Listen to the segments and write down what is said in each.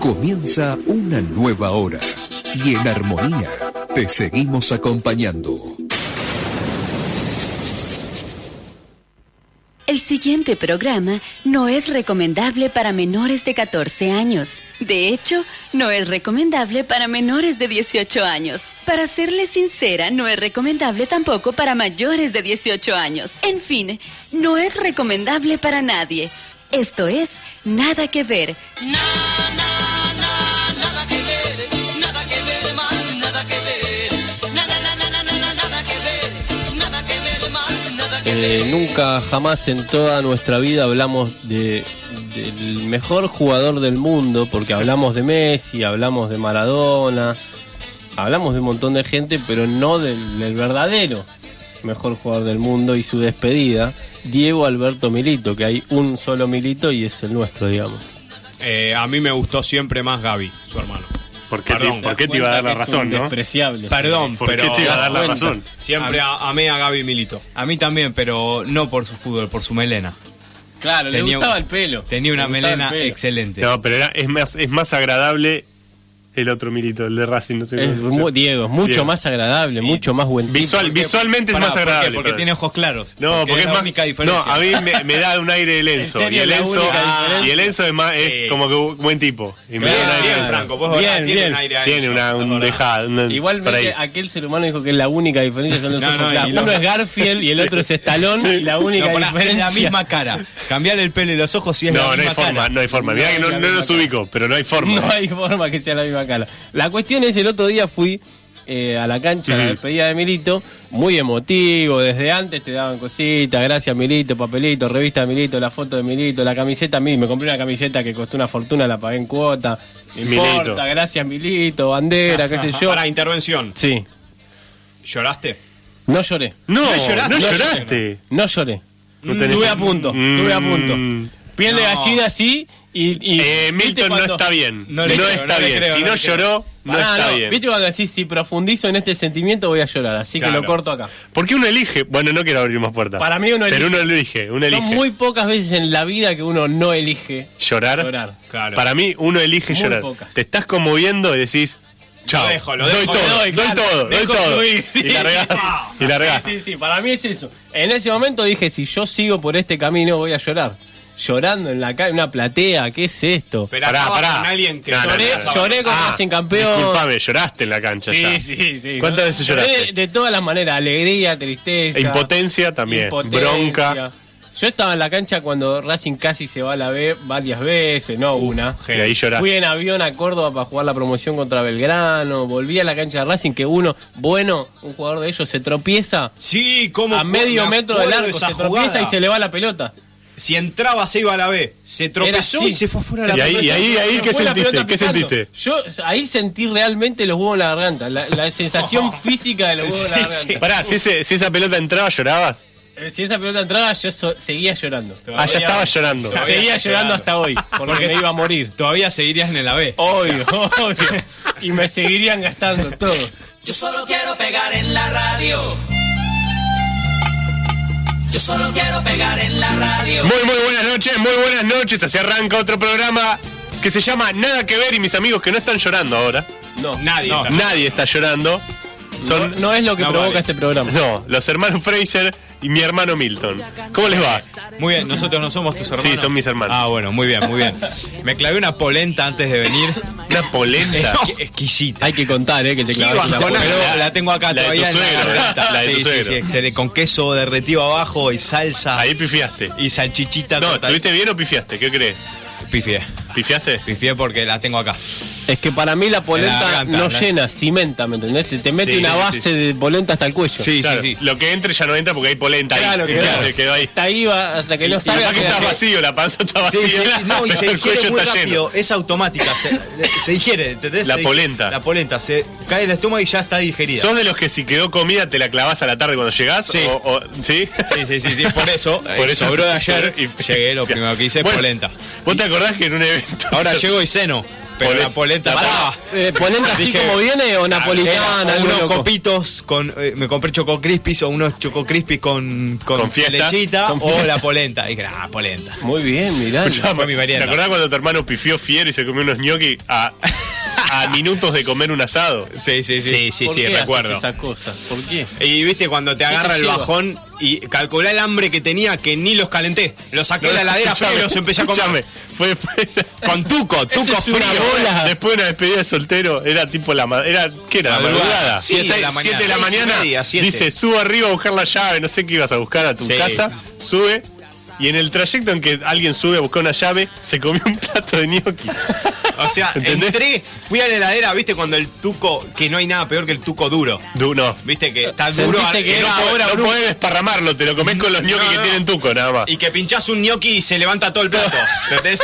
Comienza una nueva hora y en armonía te seguimos acompañando. El siguiente programa no es recomendable para menores de 14 años. De hecho, no es recomendable para menores de 18 años. Para serle sincera, no es recomendable tampoco para mayores de 18 años. En fin, no es recomendable para nadie. Esto es Nada que ver. Eh, nunca jamás en toda nuestra vida hablamos de, del mejor jugador del mundo, porque hablamos de Messi, hablamos de Maradona, hablamos de un montón de gente, pero no del, del verdadero mejor jugador del mundo y su despedida, Diego Alberto Milito, que hay un solo Milito y es el nuestro, digamos. Eh, a mí me gustó siempre más Gaby, su hermano. ¿Por qué, Perdón, te, por qué te iba a dar la Es un razón, no? Despreciable. Perdón, ¿Por pero qué te iba a dar la Cuenta. razón? Siempre a- amé a Gaby Milito. A mí también, pero no por su fútbol, por su melena. Claro, le Tenía- gustaba el pelo. Tenía una Le gustaba el melena pelo. excelente. No, pero era- es, más, es más agradable el otro Milito, el de Racing, no sé Es cómo se mu- llama. Diego, es mucho Diego. más agradable, mucho más buen tipo. Visual- visualmente es Pará, más ¿por qué? agradable. Porque perdón. tiene ojos claros. No, porque, es la más. única diferencia. No, a mí me, me da un aire de Enzo. serio y, el es la Enzo Ah, única diferencia? y el Enzo es más, es Sí. como que un buen tipo. Y me da un Claro. aire de bien, Enzo. Franco, vos verdad, Bien, tiene bien. un aire a Tiene eso, una, es un verdad. dejado. un- Mm, por ahí. Igualmente, aquel ser humano dijo que la única diferencia son los No, ojos no, y claros. lo- Uno es Garfield y el otro es Estalón. Y la única No, pará, diferencia es la misma cara. Cambiar el pelo y los ojos sí es No, la no hay misma cara. forma, no hay forma. Mirá que no, No, no no, los no. ubico, pero no hay forma. No hay forma que sea la misma cara. La cuestión es, el otro día fui eh, a la cancha, a la Ujú. despedida de Milito, muy emotivo, desde antes te daban cositas, gracias Milito, papelito, revista de Milito, la foto de Milito, la camiseta, mi- me compré una camiseta que costó una fortuna, la pagué en cuota, me Milito. importa, gracias Milito, bandera, qué sé yo. Para intervención, Sí, ¿lloraste? no lloré, No, no lloraste. lloraste. No, No no lloré. No tenés- Estuve a punto, estuve a punto. Mm. Piel de No. gallina sí y... y- Eh, ¿viste Milton no cuando- está bien. No, No le creo, está no le bien. creo, si no no le creo. lloró, no Pará, está no, bien. Viste cuando decís, si profundizo en este sentimiento voy a llorar, así que Claro. lo corto acá. ¿Por qué uno elige? Bueno, no quiero abrir más puertas. Para mí uno Pero elige. uno elige, uno Son elige. muy pocas veces en la vida que uno no elige Llorar. llorar. Claro. Para mí uno elige Muy llorar. pocas. Te estás conmoviendo y decís, chao. Lo dejo, lo doy dejo, todo, lo doy, doy, claro, todo, doy dejo todo. fluir, Y sí. Ah. largás, y largás. Sí, sí, para mí es eso. En ese momento dije, si yo sigo por este camino voy a llorar. Llorando en la calle, en una platea, ¿qué es esto? Pero Pará, estaba pará. con alguien que No, no, Lloré, no, no. lloré como Ah, hacen campeón. Disculpame, lloraste en la cancha ya. Sí, sí, sí. ¿Cuántas Yo- veces lloré lloraste? De, de todas las maneras, alegría, tristeza. E impotencia también, impotencia. bronca. Yo estaba en la cancha cuando Racing casi se va a la B varias veces, no una. Y ahí lloraste. Fui en avión a Córdoba para jugar la promoción contra Belgrano. Volví a la cancha de Racing, que uno, bueno, un jugador de ellos se tropieza Sí, como a medio metro del arco, se tropieza y se le va la pelota. Si entraba se iba a la B. Se tropezó así. y se fue afuera de Y la ahí, y ahí, ahí, ¿qué Fue la sentiste? pelota ¿Qué pisando. sentiste? Yo ahí sentí realmente los huevos en la garganta, la, la sensación física de los huevos en la Sí, garganta. sí. Pará, si, ese- si esa pelota entraba, ¿llorabas? Eh, Si esa pelota entraba, yo so- seguía llorando. Ah, ya estaba llorando. Todavía seguía estoy llorando llorando. hasta hoy, porque me iba a morir. Todavía seguirías en la B. Oh, Obvio, obvio. Y me seguirían gastando todos. Yo solo quiero pegar en la radio. Yo solo quiero pegar en la radio. Muy, muy buenas noches, muy buenas noches. Así arranca otro programa que se llama Nada que ver y mis amigos que no están llorando ahora. No, Nadie. No. está- Nadie está llorando. Son, no es lo que No, provoca vale. este programa. No, los hermanos Fraser y mi hermano Milton. ¿Cómo les va? Muy bien, nosotros no somos tus hermanos. Sí, son mis hermanos. Ah, bueno, muy bien, muy bien. Me clavé una polenta antes de venir. Una polenta. Exqui- Exquisita. Hay que contar, ¿eh? Que te clavaste la bajón. boca. Pero La- la tengo acá la de todavía tu en suegro, garganta. la de tu Sí, sí, suegro. sí, excelente. Con queso derretido abajo y salsa Ahí pifiaste. y salchichita No, cortadita. ¿estuviste bien o pifiaste? ¿Qué crees? Pifié. ¿Pifiaste? Pifié porque la tengo acá. Es que para mí la polenta En la garganta, no ¿no? llena, cimenta, ¿me entendés? Te, te mete Sí, una sí, base sí. de polenta hasta el cuello. Sí, Claro, sí, sí. Lo que entre ya no entra porque hay polenta Claro, ahí. quedó. Claro, quedó ahí. Hasta ahí va, hasta que no Y salga. capaz que está queda- vacío, la panza está Sí, vacía. se- no, y se pero el digiere cuello muy está rápido, lleno. es automática, se, se digiere, ¿entendés? La Se- polenta. La polenta, se cae en el estómago y ya está digerida. ¿Sos de los que si quedó comida te la clavas a la tarde cuando llegás? Sí. O- o- ¿Sí? Sí, sí, sí, sí, por eso, Por eh, eso- sobró de ayer y y- llegué, lo primero que hice, Bueno, polenta. ¿Vos te acordás que en un evento... Ahora llego y ceno, pero Polenta. la polenta La estaba. Eh, polenta así Dije, como viene o napolitana, Era algo unos loco. copitos con eh, me compré choco crispis o unos choco crispis con con, Con fiesta. lechita Con o fiesta. la polenta. Y dije, ah, polenta. Muy bien, mirá. Escuchá, fue mi ¿Te merienda. acordás cuando tu hermano pifió fiero y se comió unos ñoquis a, a minutos de comer un asado? Sí, sí, sí. Sí, sí, ¿Por sí, qué haces recuerdo. esa cosa? ¿Por qué? Y viste cuando te agarra el lleva? bajón y calculá el hambre que tenía que ni los calenté. Los saqué de la heladera fría y Escuchame, los empecé a comer. escuchame, Fue después, Con tuco, tuco es una frío. bola. después de una despedida de soltero, era tipo la ma- era ¿Qué era? La Madrugada. madrugada. Sí, Siete- de la mañana. siete de la Seis y mañana. media, siete. dice, subo arriba a buscar la llave, no sé qué ibas a buscar a tu Sí. casa. Sube. Y en el trayecto en que alguien sube a buscar una llave, se comió un plato de ñoquis. O sea, ¿Entendés? entré, fui a la heladera, viste cuando el tuco, que no hay nada peor que el tuco duro. Du- no. Viste que está Sentiste duro que que No, no era- podés- ahora, no podés desparramarlo, te lo comés con los ñoquis No, que no. tienen tuco, nada más. y que pinchás un gnocchi y se levanta todo el plato. ¿Entendés?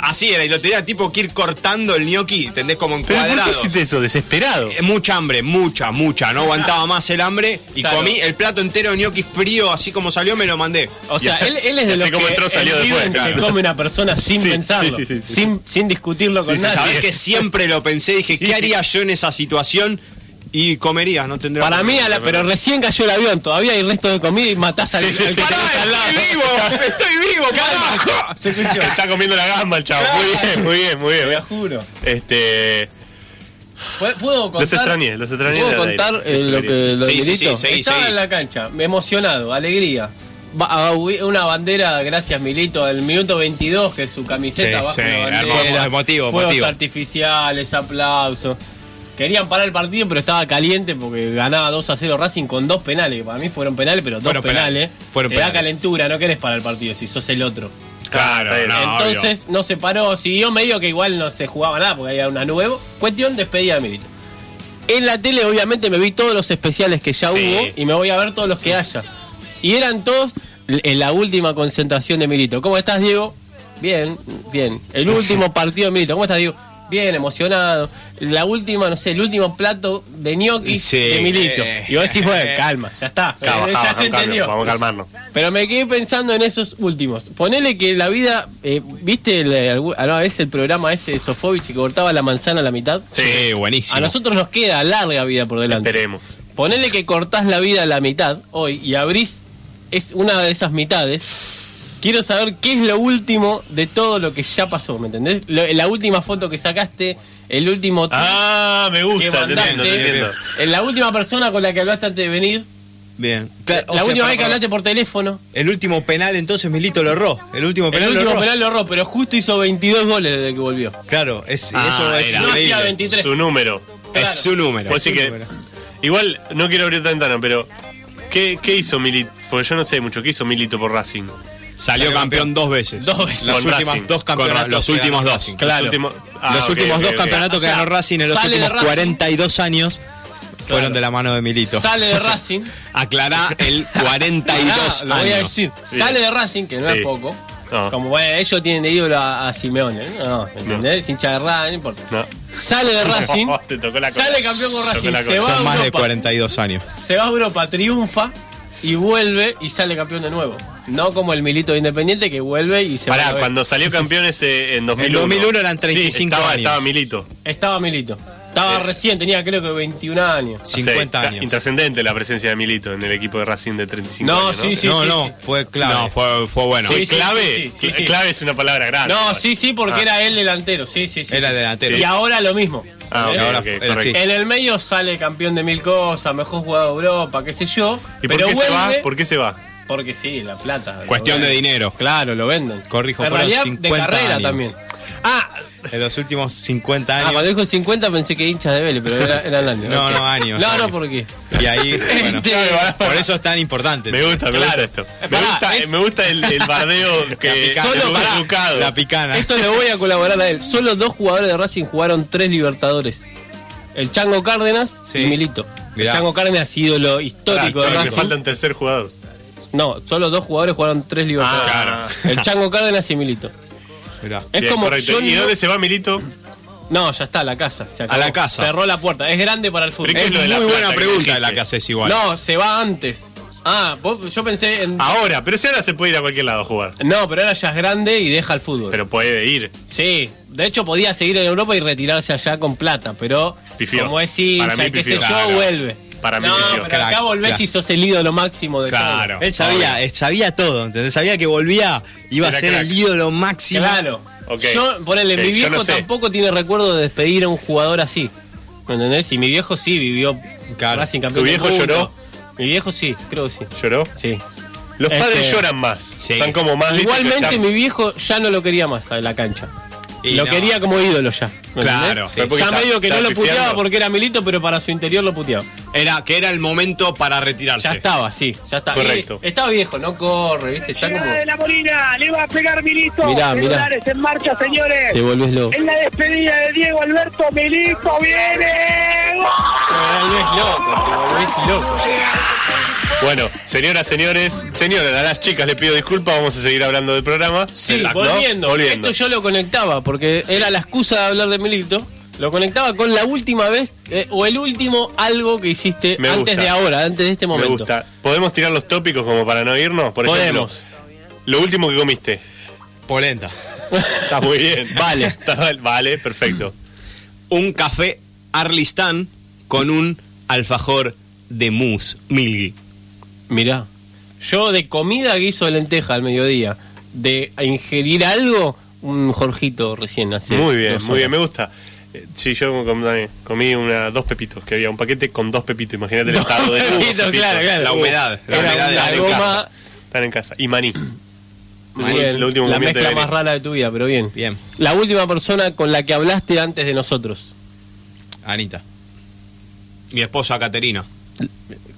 Así era, y lo tenía tipo que ir cortando el gnocchi, ¿entendés? Como en Pero ¿por qué cuadrados. hiciste eso? Desesperado. Eh, Mucha hambre, mucha, mucha. No aguantaba más el hambre y Claro. comí el plato entero de gnocchi frío, así como salió, me lo mandé. O sea, Ya. él, él es de Ya sé los cómo que entró, salió el después, viven que claro. come una persona sin Sí, pensarlo, sí, sí, sí, sí. sin, sin discutirlo con Sí, sí, nadie. Sabés que siempre lo pensé, dije, ¿qué haría yo en esa situación? Y comerías, no tendría Para mí, a la- pero recién cayó el avión, todavía hay restos de comida y matás al, Sí, sí, al sí. que tenés al lado. ¡Estoy vivo! ¡Estoy vivo, carajo! Está comiendo la gamba el chavo. Muy bien, muy bien, muy bien. juro. Este. ¿Puedo contar? Los extrañé, los extrañé ¿Puedo al aire. contar eh, Es lo que increíble. lo Sí, que sí, grito? sí, seguí, Estaba seguí. en la cancha, emocionado, alegría. Va- a- hubi- una bandera, gracias Milito, al minuto 22 que su camiseta Sí, baja sí, una bandera. hermoso, emotivo, fuegos emotivo. artificiales, aplausos. Querían parar el partido, pero estaba caliente porque ganaba 2 a 0 Racing con dos penales. que Para mí fueron penales, pero dos Fueron penales. penales, fueron Te da penales. calentura, no querés parar el partido si sos el otro. Claro, no, obvio. Entonces eh, no se paró, siguió medio que igual no se jugaba nada porque había una nube. Cuestión, despedida de Milito. En la tele obviamente me vi todos los especiales que ya Sí. hubo y me voy a ver todos los que haya. Y eran todos l- en la última concentración de Milito. ¿Cómo estás, Diego? Bien, bien. El último partido de Milito. ¿Cómo estás, Diego? Bien, emocionado. La última, no sé, el último plato de gnocchi Sí. de Milito. Y vos decís, bueno, calma, ya está. Ya, Ya, bajá, bajá, se un cambio, entendió. Vamos a calmarnos. Pero me quedé pensando en esos últimos. Ponele que la vida. eh, ¿Viste el- el- alguna vez el programa este de Sofovich que cortaba la manzana a la mitad? Sí, A buenísimo. nosotros nos queda larga vida por delante. Esperemos. Ponele que cortás la vida a la mitad hoy y abrís. Es una de esas mitades. Quiero saber qué es lo último de todo lo que ya pasó, ¿me entendés? Lo- la última foto que sacaste, el último. Ah, me que gusta, te mandaste, entiendo, te entiendo. la última persona con la que hablaste antes de venir. Bien. Claro, o la sea, última para- vez que para- hablaste por teléfono. El último penal entonces Milito lo erró. El último El penal lo último erró. penal lo erró, pero justo hizo 22 goles desde que volvió. Claro, es, Ah, eso es era. No increíble. hacía 23. Su número. Claro. Es su número. Pues sí que. número. Igual, no quiero abrir otra ventana, pero. ¿Qué, qué hizo Milito? Porque yo no sé mucho. ¿Qué hizo Milito por Racing? Salió Salió campeón campeón. dos veces. Dos veces. Las Con últimas Racing. dos Con Ra- campeonatos. los que ganó últimos dos. Racing. Los últimos, ah, los ok, últimos ok, dos ok. campeonatos O que sea, ganó Racing en los sale de últimos Racing. 42 años Claro. fueron de la mano de Milito. Sale de Racing. Aclará el 42 Ah, lo voy a años. decir. Bien. Sale de Racing, que no Sí. es poco. No. Como bueno, ellos tienen de ídolo a, a Simeone. ¿no? No, ¿me ¿entendés? Hincha de Racing, no importa. No. Sale de Racing. Te tocó la Sale cola. campeón con Te tocó la Racing. cola. Se va, Son a más de Europa, 42 años. se va a Europa, triunfa y vuelve y sale campeón de nuevo. No como el milito de Independiente que vuelve y se va. a Pará, ver. cuando salió campeón ese en 2001. 2001 eran 35 Sí, estaba, años. estaba Milito. Estaba Milito. Estaba Sí. recién, tenía creo que 21 años. O sea, 50 está años. Intrascendente la presencia de Milito en el equipo de Racing de 35 No, años. sí, sí. no, no, fue clave. No, fue, fue bueno. ¿Fue Sí, sí, clave? sí, sí, sí, sí. Clave es una palabra grande. No, igual. sí, sí, porque Ah. era él delantero, sí, sí, sí. Era sí. delantero. Y ahora lo mismo. Ah, ok, ¿Eh? ahora ok, fue- correcto. sí. En el medio sale campeón de mil cosas, mejor jugador de Europa, qué sé yo. ¿Y por pero qué vuelve se va? ¿Por qué se va? porque sí, la plata. lo Cuestión de venden. dinero. Claro, lo venden. Corrijo, en fueron realidad, de 50 carrera años. también. Ah, en los últimos 50 Ah, años. cuando dijo 50 pensé que hinchas de Vélez, pero era, eran años. No, ok. no, años, No, no, años. ¿por qué? Este, Y ahí, bueno, por eso es tan importante. Me gusta, me gusta esto. Me gusta, eh, me gusta el, el bardeo que picana. solo Solo para para- educado. La picana. Esto le voy a colaborar a él. Solo dos jugadores de Racing jugaron tres Libertadores. El Chango Cárdenas Sí. y Milito. Mirá. El Chango Cárdenas, ídolo histórico de Claro, que Racing. faltan tercer jugador. No, solo dos jugadores jugaron tres Libertadores. Ah, El Chango Cárdenas y Milito. Mirá. Es Bien, como correcto. yo ¿Y no- dónde se va Milito? No, ya está, la casa. se acabó. A la casa. Cerró la puerta. Es grande para el fútbol. Pero ¿qué es lo de la Muy buena plata que pregunta dijiste? la que haces igual. No, se va antes. Ah, vos- yo pensé en. Ahora, pero si ahora se puede ir a cualquier lado a jugar. No, pero ahora ya es grande y deja el fútbol. Pero puede ir. Sí, de hecho podía seguir en Europa y retirarse allá con plata, pero Pifió. como es hincha, Para mí y qué sé yo, pifió. Claro. vuelve. Para mí no, pifió. pero acá Crack, volvés crack. y sos el ídolo máximo de Claro. Él sabía, eh, sabía todo, ¿entendés? Sabía que volvía, iba Era a ser crack. el ídolo todo. máximo. Claro. Ok. Yo, ponele, Ok, mi yo viejo no sé. tampoco tiene recuerdo de despedir a un jugador así. ¿Me entendés? Y mi viejo sí vivió Claro. Racing campeón. ¿Tu del viejo mundo. lloró? Mi viejo sí, creo que sí. ¿Lloró? Sí. Los Este- padres lloran más. Sí. Están como más listos que Igualmente ya- mi viejo ya no lo quería más a la cancha. Y lo no. quería como ídolo ya. ¿me Claro, entendés? sí. Porque Ya está- medio que está no lo puteaba pifiando. porque era milito, pero para su interior lo puteaba. Era, que era el momento para retirarse. Ya estaba, sí, ya está. Correcto. Y estaba viejo, no corre, ¿viste? Está como. de la Molina, le va a pegar Milito. Mirá, mirá. Celulares en marcha, señores. Te volvés loco. En la despedida de Diego Alberto Milito viene. ¡Gol! Te volvés loco, te volvés loco. Bueno, señoras, señores, señoras, a las chicas les pido disculpas, vamos a seguir hablando del programa. Sí, Exacto, ¿no? volviendo. Volviendo. Esto yo lo conectaba porque era la excusa de hablar de Milito. Lo conectaba con la última vez eh, o el último algo que hiciste Me antes gusta. de ahora, antes de este Me momento. gusta. ¿Podemos tirar los tópicos como para no irnos? Por Podemos. ejemplo, lo último que comiste. Polenta. Está muy bien. Vale. Está- vale, perfecto. Un café Arlistán con un alfajor de mousse, Milgi. Mirá, yo de comida guiso de lenteja al mediodía, de ingerir algo, un Jorgito recién así. muy bien, muy bien, me gusta. Eh, Sí, yo com- eh, comí, una, dos pepitos, que había un paquete con dos pepitos, imagínate el estado de Jorgito, claro, claro. La humedad, Era la humedad una de estar en goma, casa. Están en casa. Y maní. Muy Maní, bien, lo último que la comí antes mezcla de más venir. rara de tu vida, pero bien. Bien. La última persona con la que hablaste antes de nosotros. Anita. Mi esposa Caterina.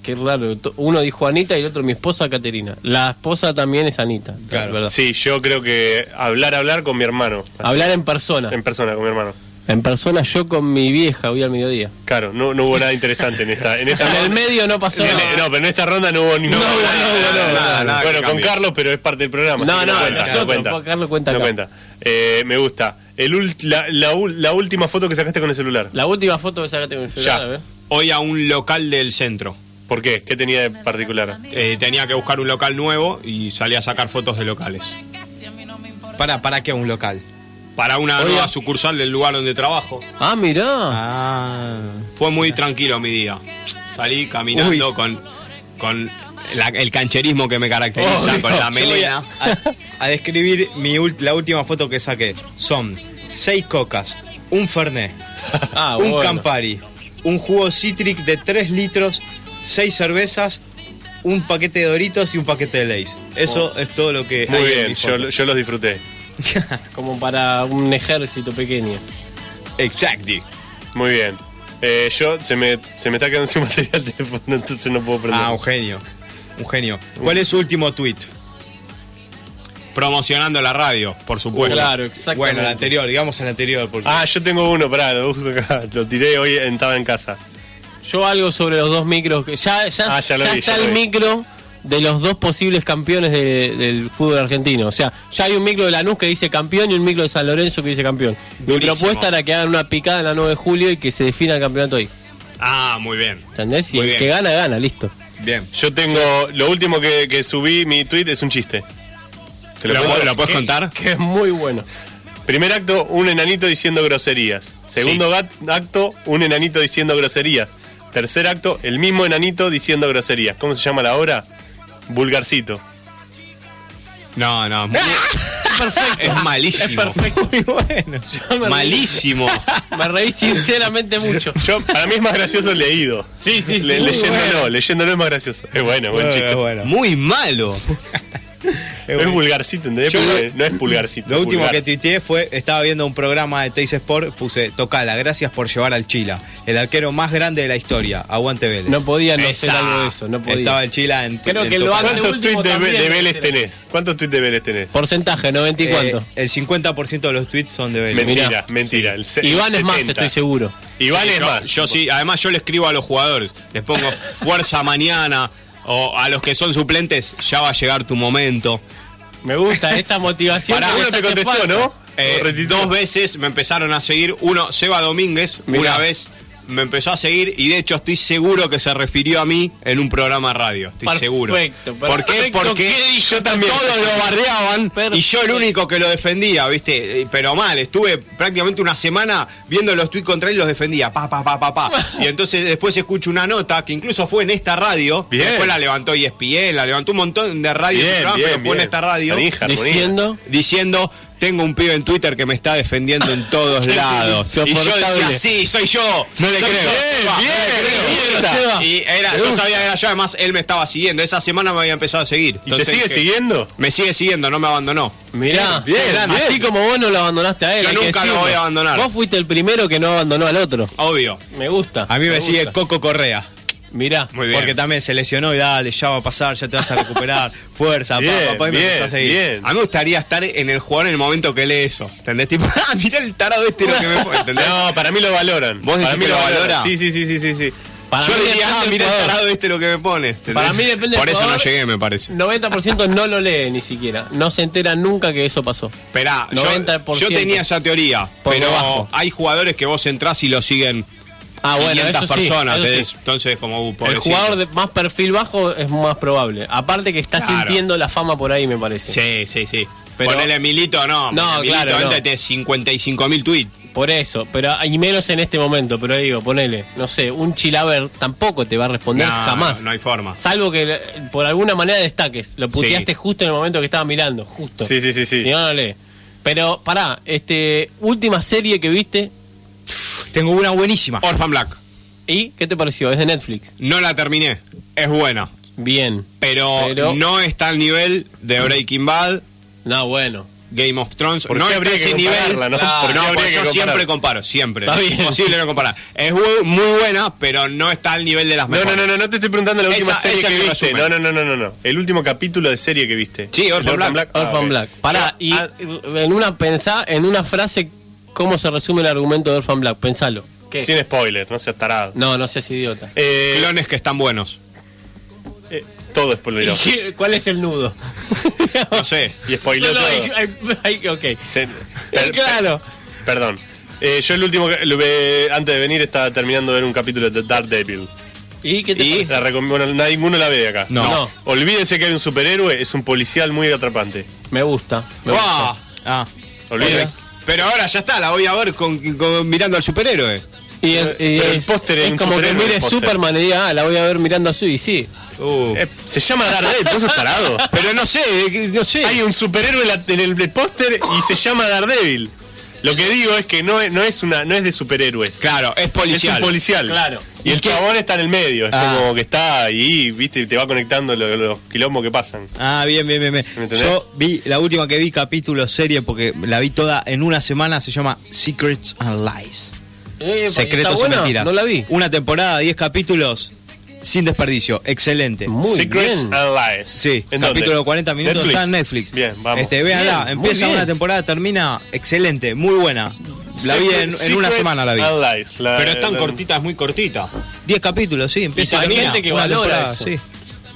Qué raro. to- Uno dijo Anita y el otro mi esposa Caterina. La esposa también es Anita. Claro. ¿verdad? Sí, yo creo que hablar, hablar con mi hermano. Hablar en persona. En persona, con mi hermano. En persona yo con mi vieja hoy al mediodía. Claro, no, no hubo nada interesante en esta. En, esta En el ronda- medio no pasó en el- nada. no, pero en esta ronda no hubo ni No, no, no, no, no, nada, nada Bueno, que con cambie. Carlos, pero es parte del programa. No, así que no, cuenta, nosotros, cuenta. porque Carlos cuenta No acá. cuenta. Eh, me gusta. El ult- la, la ul- la última foto que sacaste con el celular. La última foto que sacaste con mi celular, ¿eh? Ya. a ver. Hoy a un local del centro. ¿Por qué? ¿Qué tenía de particular? Eh, tenía que buscar un local nuevo y salí a sacar fotos de locales. ¿Para, ¿Para qué un local? Para una Oiga. nueva sucursal del lugar donde trabajo. Ah, mirá. Ah. Fue muy tranquilo mi día. Salí caminando Uy. con, con la- el cancherismo que me caracteriza, Obvio. con la Yo voy melena. a, a- a describir mi ult- la última foto que saqué. Son seis cocas, un fernet, Ah, un bueno. campari, un jugo citric de 3 litros, seis cervezas, un paquete de doritos y un paquete de Lays. Oh. Eso es todo lo que Muy hay en bien, mi yo, foto. yo los disfruté. Como para un ejército pequeño. Exactly. Muy bien. Eh, yo se me, se me está quedando sin material de teléfono, entonces no puedo prender. Ah, un genio. Un genio. ¿Cuál es su último tweet? Promocionando la radio, por supuesto. Claro, exactamente. Bueno, el anterior, digamos el anterior. Porque... Ah, yo tengo uno, pará, lo busco acá. Lo tiré hoy, en- estaba en casa. Yo algo sobre los dos micros. que Ya, ya, Ah, ya lo vi, está ya lo el vi. micro de los dos posibles campeones de- del fútbol argentino. O sea, ya hay un micro de Lanús que dice campeón y un micro de San Lorenzo que dice campeón. Mi Durísimo. propuesta era que hagan una picada en la 9 de julio y que se defina el campeonato ahí. Ah, muy bien. ¿Entendés? Y Muy el bien. que gana, gana, listo. Bien. Yo tengo. Lo último que, que subí, mi tweet es un chiste. ¿Te ¿Lo, cuento? puedo- lo puedes contar? Que es muy bueno. Primer acto, un enanito diciendo groserías. Segundo gat- acto, un enanito diciendo groserías. Tercer acto, el mismo enanito diciendo groserías. ¿Cómo se llama la obra? Vulgarcito. No, no. Ah, muy- Es malísimo. Muy bueno. Yo me reí- Malísimo. Me reí sinceramente mucho. Yo, para mí es más gracioso leído. Sí, sí, Le- sí. Eh, leyéndolo, leyéndolo es más gracioso. Es bueno, buen chiste. bueno. Muy malo. Es vulgarcito, ¿entendés? Yo Porque lo- no es pulgarcito. Lo es último vulgar. que tuiteé fue, estaba viendo un programa de Teis Sport, puse, tocala, gracias por llevar al Chila, el arquero más grande de la historia, aguante Vélez. No podía no ser Esa. algo de eso, no podía. Estaba el Chila en Creo en que lo Ah, Tocala. hace ¿Cuántos último tweets de, Ve- también de lo Vélez hicieron. tenés? ¿Cuántos tweets de Vélez tenés? Porcentaje, 90 y Eh, cuánto. el 50% de los tweets son de Vélez. Mentira, Mirá. mentira. el se- Iván es más, 70. estoy seguro. Iván es yo, más. Yo sí, además yo le escribo a los jugadores, les pongo fuerza mañana o a los que son suplentes, ya va a llegar tu momento. Me gusta esa motivación. Pará, que uno les te hace contestó, falta. ¿no? Eh, Lo retuiteó. dos veces me empezaron a seguir, uno, Seba Domínguez, Mirá. una vez me empezó a seguir y de hecho estoy seguro que se refirió a mí en un programa de radio, estoy Perfecto, seguro. ¿Por qué? perfecto. Porque ¿Qué dijo yo también. todos lo bardeaban y yo el Perfecto. único que lo defendía, ¿viste? Eh, Pero mal, estuve prácticamente una semana viendo los tweets contra él y los defendía, pa, pa, pa, pa, pa. Y entonces después escucho una nota que incluso fue en esta radio, Bien. después la levantó E ESPN, la levantó un montón de radios, Bien, pero bien, fue bien. en esta radio Manija, armonía. Diciendo. diciendo tengo un pibe en Twitter que me está defendiendo en todos lados. y yo decía, Soportable. sí, soy yo. No le creo. Seba, Bien, no le bien, creo, Seba. Seba. Y era, yo sabía que era yo, además él me estaba siguiendo. Esa semana me había empezado a seguir. ¿Y te Entonces sigue dije, siguiendo? Me sigue siguiendo, no me abandonó. Mirá, Bien, bien, así bien. como vos no lo abandonaste a él. Yo hay que nunca lo decirlo. voy a abandonar. Vos fuiste el primero que no abandonó al otro. Obvio. Me gusta. A mí me sigue gusta. Coco Correa. Mirá. Muy bien. Porque también se lesionó y dale, ya va a pasar, ya te vas a recuperar. Fuerza, papá, Bien, y me bien, empezó a seguir. bien. A mí me gustaría estar en el jugador en el momento que lee eso. ¿Entendés? Tipo, ah, mirá el tarado este lo que me fue. ¿Entendés? No, para mí lo valoran. ¿Vos decís para mí que lo valora? Sí, sí, sí, sí, sí, sí. Para yo mí diría, depende ah, del mirá el jugador. tarado este lo que me pone. ¿entendés? Para mí depende del Por eso no jugador. llegué, me parece. 90% no lo lee ni siquiera. No se entera nunca que eso pasó. Esperá, yo- 90%. yo, tenía esa teoría, Por pero debajo. hay jugadores que vos entrás y lo siguen Ah, bueno, 500 eso sí, personas. eso ¿entendés? sí. Entonces, como, uh, El pobrecito. jugador de más perfil bajo es más probable. Aparte que está Claro. sintiendo la fama por ahí, me parece. Sí, sí, sí. Pero- Ponele Milito, no. No, Milito claro, no. entra y tiene 55 mil tweets. Por eso, pero y menos en este momento, pero digo, ponele, no sé, un chilaver tampoco te va a responder No, jamás. no, no hay forma. Salvo que eh, por alguna manera destaques, lo puteaste Sí. justo en el momento que estaba mirando, justo. Sí, sí, sí, sí. Si no, no lee. Pero pará, este, última serie que viste Tengo una buenísima. Orphan Black. y ¿qué te pareció? Es de Netflix. No la terminé. Es buena. Bien. Pero, Pero- no está al nivel de Breaking Bad, No, bueno. Game of Thrones. ¿Por no qué está habría ese que nivel. compararla, no? Claro. ¿Por qué No, habría porque que yo comparar? siempre comparo, siempre. Está Es bien. imposible no comparar. Es bu- muy buena, pero no está al nivel de las No, mejores. no, no, no, no te estoy preguntando la última Esa- serie esa que es mi viste. resumen. No, no, no, no, no, no. El último capítulo de serie que viste. Sí, ¿El Orphan Black. Ah, Orphan ok. Black. Pará, y ah, en una pensá, en una frase, ¿cómo se resume el argumento de Orphan Black? Pensalo. ¿Qué? Sin spoiler, no seas tarado. No, no seas idiota. Eh, Clones que están buenos. eh, todo spoileró. ¿Qué- ¿Cuál es el nudo? No sé. Y spoileó Solo todo. hay- hay- hay- ok. Se- per- claro. Perdón. Eh, yo el último, que- lo ve- antes de venir estaba terminando de ver un capítulo de Dark Devil. ¿Y qué te Y parece? la recom- bueno, ninguno la ve acá. No. No. Olvídense que hay un superhéroe, es un policial muy atrapante. Me gusta. me ¡Guau! gusta. Ah, Olvídense. Pero ahora ya está, la voy a ver con, con- mirando al superhéroe. Y, el- y Pero el es- póster es es un como que superhéroe, mire el póster. Superman y diga, ah, la voy a ver mirando a su y sí. Eh, se llama Dark Devil, vos sos tarado. Uh. Pero no sé, eh, no sé. Hay un superhéroe en la- en el póster y se llama Daredevil. Lo que digo es que no, es- no es una no es de superhéroes. Claro, es policial. Es un policial. Claro. Y el chabón está en el medio, es Ah. como que está ahí, viste, y te va conectando lo- los, quilombos que pasan. ah, bien, bien, bien. bien. ¿Me entendés? Yo vi la última que vi, capítulo, serie, porque la vi toda en una semana, se llama Secrets and Lies. Eh, ¿está Secretos y buena? mentiras. No la vi. Una temporada, 10 capítulos, sin desperdicio. Excelente. Muy Secrets bien. and Lies. Sí, ¿En capítulo dónde? 40 minutos Netflix. está en Netflix. Bien, vamos. Este, véanla, Bien, muy empieza bien. una temporada, termina excelente, muy buena. La vi en, en una Secrets semana la vi. and Lies. La- Pero es tan la- cortita, es muy cortita. 10 capítulos, sí, empieza Y y hay termina. gente que una valora temporada, eso. sí.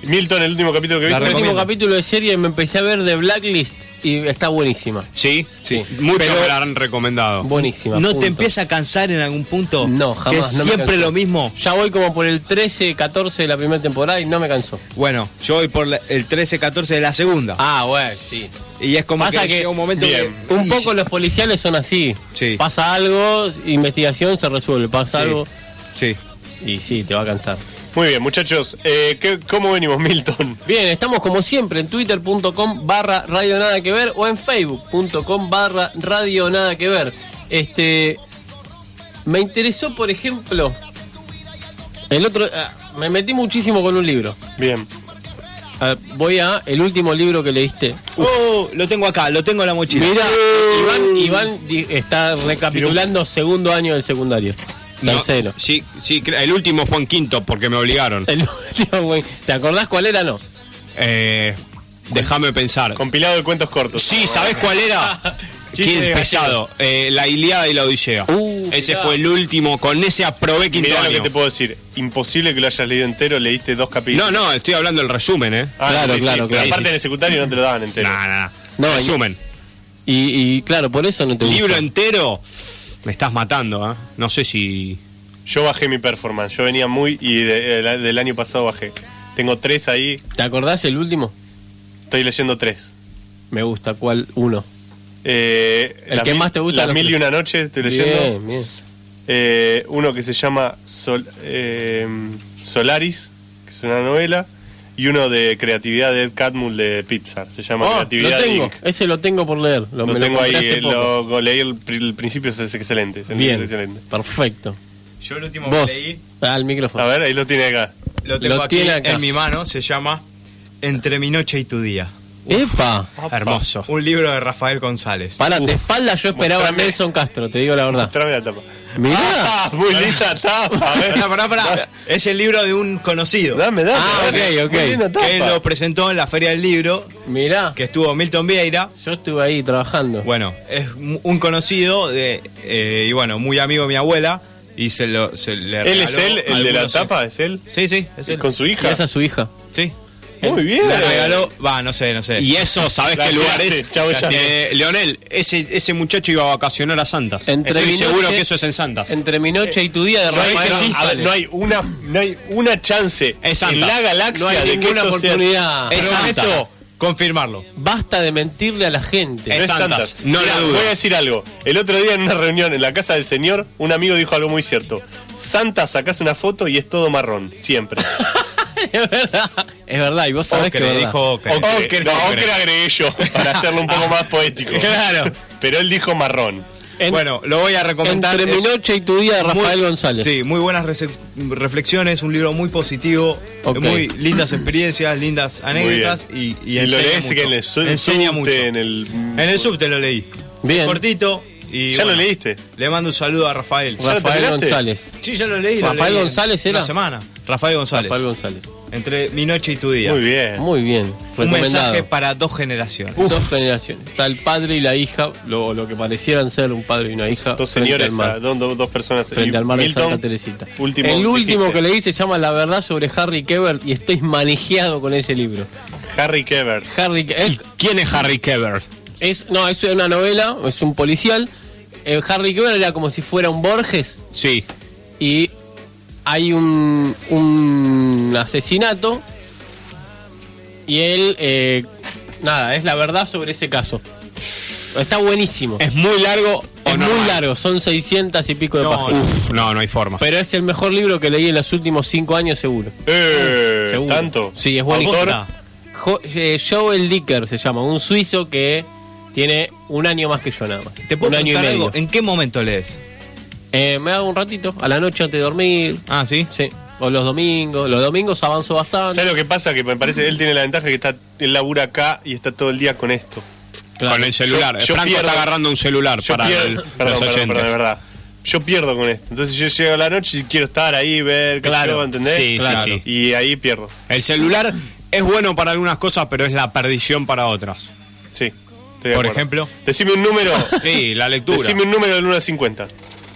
Milton, el último capítulo que La El viste. último recomiendo. capítulo de serie me empecé a ver de Blacklist y está buenísima. Sí, Sí. Muchos me la han recomendado. Buenísima. ¿No punto. te empieza a cansar en algún punto? No, jamás, Que no me siempre canso. lo mismo. Ya voy como por el 13, 14 de la primera temporada y no me cansó. Bueno, yo voy por la- el 13-14 de la segunda. Ah, bueno, sí. y es como pasa que, que- llega un momento Bien. que... Un y poco sí, los policiales son así. Sí. Pasa algo, investigación se resuelve. Pasa Sí. algo Sí. y sí, te va a cansar. Muy bien, muchachos. Eh, ¿qué- ¿Cómo venimos, Milton? Bien, estamos como siempre en twitter.com barra radio nada que ver o en facebook.com barra radio nada que ver. Este, me interesó, por ejemplo, el otro, ah, me metí muchísimo con un libro. Bien. A- voy a el último libro que leíste. Oh, lo tengo acá, lo tengo en la mochila. Mira, Iván, Iván di- está recapitulando segundo año del secundario. No, Tercero. sí, sí, cre- el último fue en quinto porque me obligaron. El último, güey. ¿Te acordás cuál era? No. Eh, Déjame pensar. Compilado de cuentos cortos. Sí, ¿sabés cuál era? Chiste de Qué gallego. pesado. Eh, la Iliada y la Odisea. Uh, ese mirá. fue el último. Con ese aprobé quinto Mirá lo año. que te puedo decir. Imposible que lo hayas leído entero, leíste dos No, capítulos. no, estoy hablando del resumen, ¿eh? Ah, Claro, sí, sí, claro, pero claro. Aparte en el secundario no te lo daban entero. Nah, nah, nah. No, y- resumen. Y, y claro, por eso no te gusta. Libro entero. Me estás matando, ¿eh? No sé si. Yo bajé mi performance, yo venía muy y de- de- del año pasado bajé. Tengo tres ahí, ¿Te acordás el último? estoy leyendo tres. Me gusta, ¿cuál? Uno. Eh, El las que mil- más te gusta Las los mil y tres. una noche estoy leyendo. Bien, bien. Eh, uno que se llama Sol- eh, Solaris, que es una novela. Y uno de creatividad de Ed Catmull de Pixar. Se llama Oh, lo Creatividad tengo. Inc. Ese lo tengo por leer. Lo, Lo, me lo tengo ahí, compré hace eh, poco. lo, lo leí el, pri- el principio, es excelente. es Bien. excelente. Perfecto. Yo el último Vos. Al micrófono. A ver, ahí lo tiene acá. lo tengo Lo aquí tiene acá. en mi mano, se llama Entre mi noche y tu día. ¡Epa! Hermoso. Un libro de Rafael González. Para, de espalda yo esperaba a mostrame. Nelson Castro, te digo la verdad. Tráeme la tapa. Mirá. Ah, muy linda tapa. a ver. Pará, pará, pará. Es el libro de un conocido Dame, dame. Ah, dame. ok, ok. Muy linda tapa. que lo presentó en la Feria del Libro, Mirá, que estuvo Milton Vieira. yo estuve ahí trabajando. Bueno, es mu- un conocido de, eh, y bueno, muy amigo de mi abuela. Y se lo se le ¿Él es regaló él, el de la algunos- tapa? ¿Es él? Sí, sí, es él. ¿Con su Y hija? esa es su hija. Sí. Muy bien. Le regaló, va, no sé, no sé. Y eso, ¿sabés La qué lugar clase, es? chau, ya. Eh, Leonel, ese, ese muchacho iba a vacacionar a Santa. Entre Estoy mi seguro noche- que eso es en Santa. Entre mi noche y tu día de ¿Sabés Rafael que sí? A ver, González. no hay una no hay una chance Es Santa. en la galaxia No hay de que ninguna esto sea- oportunidad. Es Prometo, Santa. Confirmarlo. Basta de mentirle a la gente. Es no es Santa. Santas. No Mirá, la dudo. Voy a decir algo. El otro día en una reunión en la casa del señor, un amigo dijo algo muy cierto. Santa sacás una foto y es todo marrón, siempre. es verdad. Es verdad, y vos sabés que es Ocre, verdad. dijo Ocre. Ocre, no, Ocre agregué yo, para hacerlo un poco más poético. Claro. Pero él dijo marrón. En- bueno, lo voy a recomendar. Entre mi es noche y tu día de Rafael muy- González. Sí, muy buenas rece- reflexiones, un libro muy positivo, Ok. muy lindas experiencias, lindas anécdotas y, y lo enseña lees mucho. en el su- enseña subte, mucho. en el... En el subte lo leí. Bien. Cortito. Y ¿Ya lo bueno, leíste? Le mando un saludo a Rafael. ¿Ya lo Rafael terminaste? González. Sí, ya lo leí. lo Rafael leí en González era. Una semana. Rafael González. Rafael González. Entre mi noche y tu día. Muy bien. Muy bien. Un mensaje Recomendado. para dos generaciones. Dos generaciones. Está el padre y la hija, lo, lo que parecieran ser un padre y una hija. Dos frente señores, al mar. ah, dos, dos- dos personas. frente Y al mar de Milton, Santa Teresita. Último, el último dijiste, que leí se llama La verdad sobre Harry Kebert y estoy manejado con ese libro. Harry Kever. Harry Ke- es, ¿Quién es Harry Keber? es- no, es una novela, es un policial. El Harry Kebert era como si fuera un Borges Sí. y hay un, un asesinato y él eh, nada, es la verdad sobre ese caso. Está buenísimo. Es, ¿Es muy largo o no? muy largo, son 600 y pico de páginas. Uf, no, no hay forma. Pero es el mejor libro que leí en los últimos 5 años seguro. Eh, Seguro. ¿Tanto? Sí, es buenísimo. Autor, Jo- eh, Joel Dicker se llama, un suizo que tiene un año más que yo nada más. ¿Te puedo un año y preguntar medio. algo? ¿En qué momento lees? Eh, me hago un ratito, a la noche antes de dormir. Ah, sí. Sí. O los domingos. Los domingos avanzo bastante. ¿Sabes lo que pasa? Que me parece él tiene la ventaja que está él labura acá y está todo el día con esto. Claro. Con el celular. Yo- yo Franco pierdo- está agarrando un celular Yo para pierdo, el- perdón, los perdón, oyentes. perdón, de verdad. Yo pierdo con esto. Entonces yo llego a la noche y quiero estar ahí, ver, qué Claro. sé yo, ¿entendés? Sí, sí, Claro. sí. Y ahí pierdo. El celular es bueno para algunas cosas, pero es la perdición para otras. Sí. estoy de Por acuerdo. ejemplo. Decime un número. Sí, la lectura. Decime un número del 1 al 50.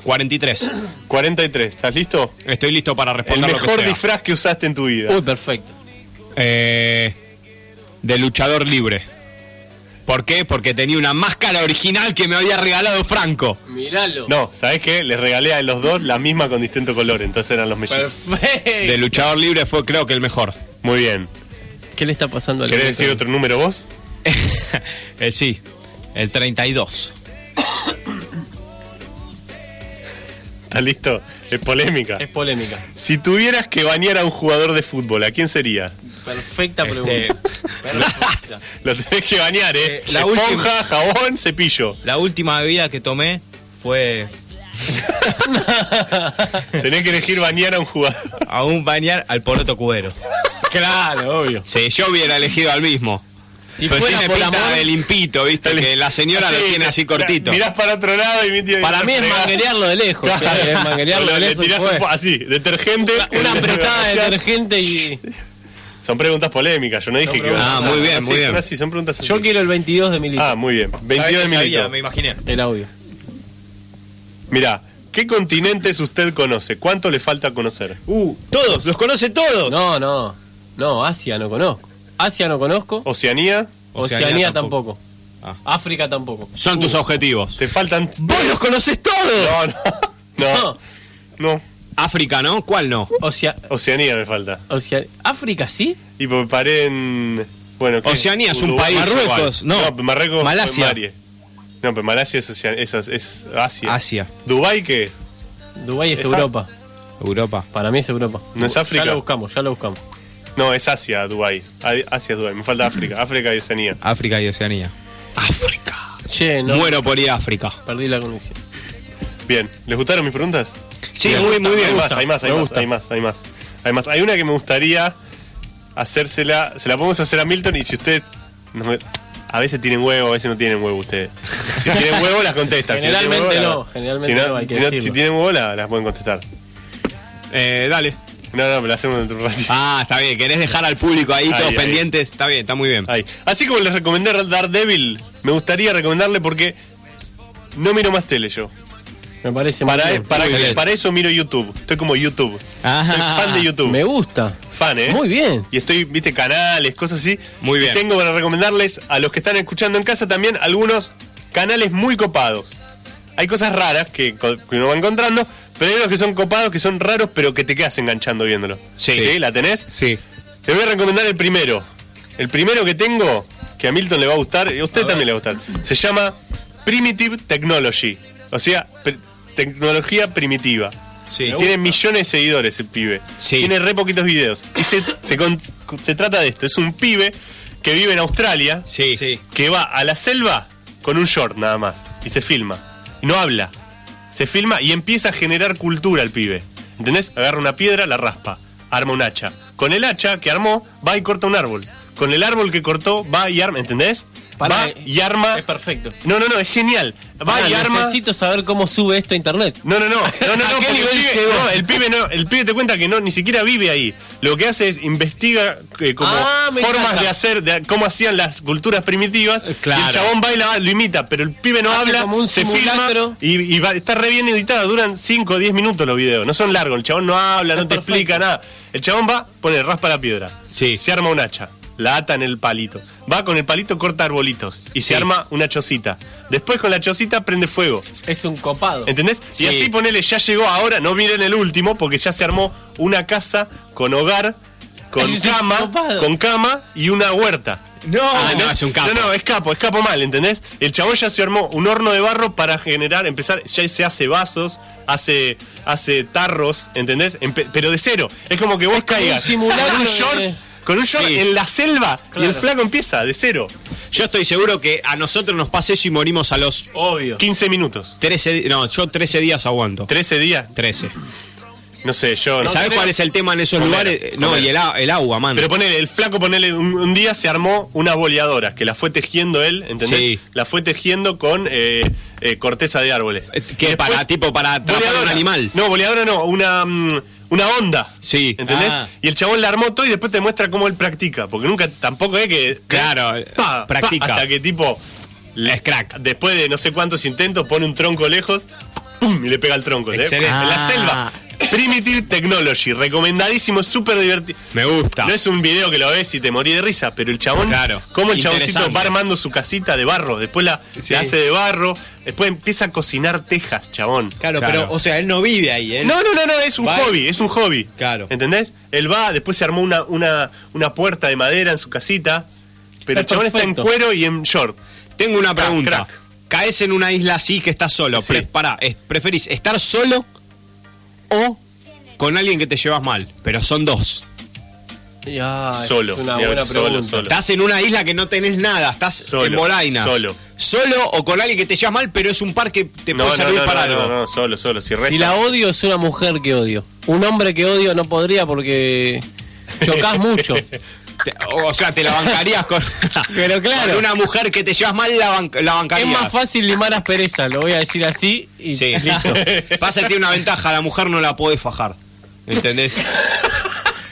43. 43. ¿Estás listo? Estoy listo para El responder lo que mejor sea. disfraz que usaste en tu vida. Uy, perfecto. Eh, de luchador libre. ¿Por qué? Porque tenía una máscara original que me había regalado Franco. Miralo. No, ¿sabes qué? Les regalé a los dos la misma con distinto color, entonces eran los mellizos. Perfecto. De luchador libre fue creo que el mejor. Muy bien. ¿Qué le está pasando al ¿Querés decir otro número vos? Eh, sí, el 32. ¿Estás listo? Es polémica. Es polémica. Si tuvieras que bañar a un jugador de fútbol, ¿a quién sería? Perfecta pregunta. Este, Perfecta. Lo tenés que bañar, ¿eh? Eh, la Esponja, última. jabón, cepillo. la última bebida que tomé fue Tenés que elegir bañar a un jugador. a un bañar al poroto cubero. Claro, obvio. Sí, yo hubiera elegido al mismo. Si pero fuera tiene por pinta amor, de limpito, ¿viste? Que la señora lo Sí, tiene así cortito. Mirás para otro lado y mi tío para mí es fregás. manguerearlo de lejos. sí, Claro. es manguerearlo de Le lejos. y tirás un fue. po- así, detergente. Una apretada de detergente y. Son preguntas polémicas, yo no dije Son que iban a preguntas- Ah, muy bien, muy bien. Sí, son preguntas así. Yo quiero el 22 de Milito. Ah, muy bien. 22 de Sabía, Milito. me imaginé. El audio. Mirá, ¿qué continentes usted conoce? ¿Cuánto le falta conocer? Uh, todos, los conoce todos. No, no. No, Asia no conozco. Asia no conozco. ¿Oceanía? Oceanía, Oceanía tampoco. Ah. África tampoco. Son tus objetivos. ¿Te faltan...? ¡Vos los conocés todos! No, no. No, no. África, ¿no? ¿Cuál no? Ocea- Oceanía me falta. Ocea- África sí. Y me paré en... Bueno, ¿qué? Oceanía es un Uruguay. país, Marruecos, igual. no. No, Marruecos Malasia. fue Marie. No, pero Malasia es, Oceanía, es, es Asia. Asia. ¿Dubái qué es? Dubái es Esa- Europa. Europa. Para mí es Europa. ¿No es África? Ya lo buscamos, ya lo buscamos. No, es Asia, Dubái. A- Asia, Dubái. Me falta África. África y Oceanía. África y Oceanía. África. Che, no. Muero por ir a África. Perdí la conexión. Bien, ¿les gustaron mis preguntas? Sí, muy, muy Hay bien. más, hay más, hay me más, gusta. hay más, hay más. Hay más. Hay una que me gustaría hacérsela, se la podemos hacer a Milton y si usted no me- a veces tienen huevo, a veces no tienen huevo ustedes. Si tienen huevo las contestan. si no tienen Generalmente huevo, no, la- generalmente si no, hay que si decirlo. si tienen huevo la- las pueden contestar. Eh, dale. No, no, me la hacemos dentro de un ratito. Ah, está bien. ¿Querés dejar al público ahí, Ahí, todos ahí. pendientes? Está bien, está muy bien. Ahí. Así como les recomendé Daredevil, me gustaría recomendarle porque no miro más tele yo. Me parece muy Para, e, bien. para, Excelente. para eso miro YouTube. Estoy como YouTube. Ah. Soy fan de YouTube. Me gusta. fan, ¿eh? Muy bien. Y estoy, viste, canales, cosas así. Muy bien. Y tengo para recomendarles a los que están escuchando en casa también algunos canales muy copados. Hay cosas raras que, co- que uno va encontrando, pero hay unos que son copados, que son raros, pero que te quedas enganchando viéndolo. Sí. ¿La tenés? Sí. Te voy a recomendar el primero. El primero que tengo, que a Milton le va a gustar, y a usted también le va a gustar. Se llama Primitive Technology. O sea, pr- tecnología primitiva. Sí. Tiene millones de seguidores el pibe. Sí. Tiene re poquitos videos. Y se, se con- se trata de esto. Es un pibe que vive en Australia, Sí. que va a la selva con un short nada más. Y se filma. Y no habla. Se filma y empieza a generar cultura el pibe. ¿Entendés? Agarra una piedra, la raspa. Arma un hacha. Con el hacha que armó, va y corta un árbol. Con el árbol que cortó, va y arma. ¿Entendés? Pará, eh, va y arma. Es perfecto. No, no, no, es genial. Ah. Va Pará, y arma. Necesito saber cómo sube esto a internet. No, no, no, no, no, no, ¿A qué porque nivel el, pibe, llegó? no, el pibe no, el pibe te cuenta que no, ni siquiera vive ahí. Lo que hace es investiga eh, como Ah, me formas encanta. de hacer, de cómo hacían las culturas primitivas. Eh, claro. Y el chabón baila, ah, lo imita, pero el pibe no Hace habla, como un se filma simulacro. y, y va- está re bien editado, duran 5 o 10 minutos los videos, no son largos, el chabón no habla, no Es te perfecto. explica nada. El chabón va, pone raspa la piedra, Sí. se arma un hacha, la ata en el palito, va con el palito, corta arbolitos y se Sí. arma una chocita. Después con la chocita prende fuego. Es un copado. ¿Entendés? Y Sí. así ponele, ya llegó ahora, no miren el último, porque ya se armó una casa con hogar, con Es un cama, copado. con cama y una huerta. No. Ah, no, ¿Entendés? es un capo. No, no, es capo, es capo mal, ¿entendés? El chabón ya se armó un horno de barro para generar, empezar, ya se hace vasos, hace, hace tarros, ¿entendés? Empe- pero de cero. Es como que vos caigas un simulacro con un de- short, con un short Sí. en la selva y el Claro. flaco empieza de cero. Yo estoy seguro que a nosotros nos pasa eso y morimos a los Obvio. 15 minutos. 13 días. No, yo 13 días aguanto. 13 días. 13. No sé, yo. ¿Sabés creo- cuál es el tema en esos Comer, lugares? No, comer. y el, a- el agua, mano. Pero ponele, el flaco, ponele, un, un día se armó una boleadora que la fue tejiendo él, ¿entendés? Sí. La fue tejiendo con eh, eh, corteza de árboles. Eh, que Y para- tipo para atrapar boleadora. un animal. No, boleadora no, una, mm, una onda. Sí. ¿Entendés? Ah. Y el chabón la armó todo y después te muestra cómo él practica. Porque nunca, tampoco es que. Claro, pa, pa, practica. hasta que tipo. Es crack. Después de no sé cuántos intentos, pone un tronco lejos, ¡pum! y le pega al tronco. ¿entendés? Excelente. En la Ah. selva. Primitive Technology, recomendadísimo, súper divertido. Me gusta. No es un video que lo ves y te morí de risa, pero el chabón, Claro. como el chaboncito Interesante. va armando su casita de barro, después la Sí. se hace de barro, después empieza a cocinar tejas, chabón. Claro, pero, o sea, él no vive ahí, ¿eh? No, no, no, no, es un Va- hobby, es un hobby. Claro. ¿Entendés? Él va, después se armó una, una, una puerta de madera en su casita, Está pero el chabón está perfecto. en cuero y en short. Tengo una Crack, pregunta. crack. Caes en una isla así que estás solo. Sí. Pre- pará, es- ¿preferís estar solo o con alguien que te llevas mal? Pero son dos. Ya, ah, es Solo, una ya, buena solo, pregunta. solo. Estás en una isla que no tenés nada, estás Solo, en Bolaina. solo. Solo o con alguien que te llevas mal, pero es un par que te No, puede no, servir no, para no, algo. no, no, solo, solo. Si, Si resta- la odio es una mujer que odio. Un hombre que odio no podría porque Chocás mucho. Te- O sea, te la bancarías con, Pero claro. con una mujer que te llevas mal, la, banc- la Es bancarías. más fácil limar aspereza, lo voy a decir así y Sí, listo. listo. Pasa que tiene una ventaja, la mujer no la podés fajar. ¿Entendés?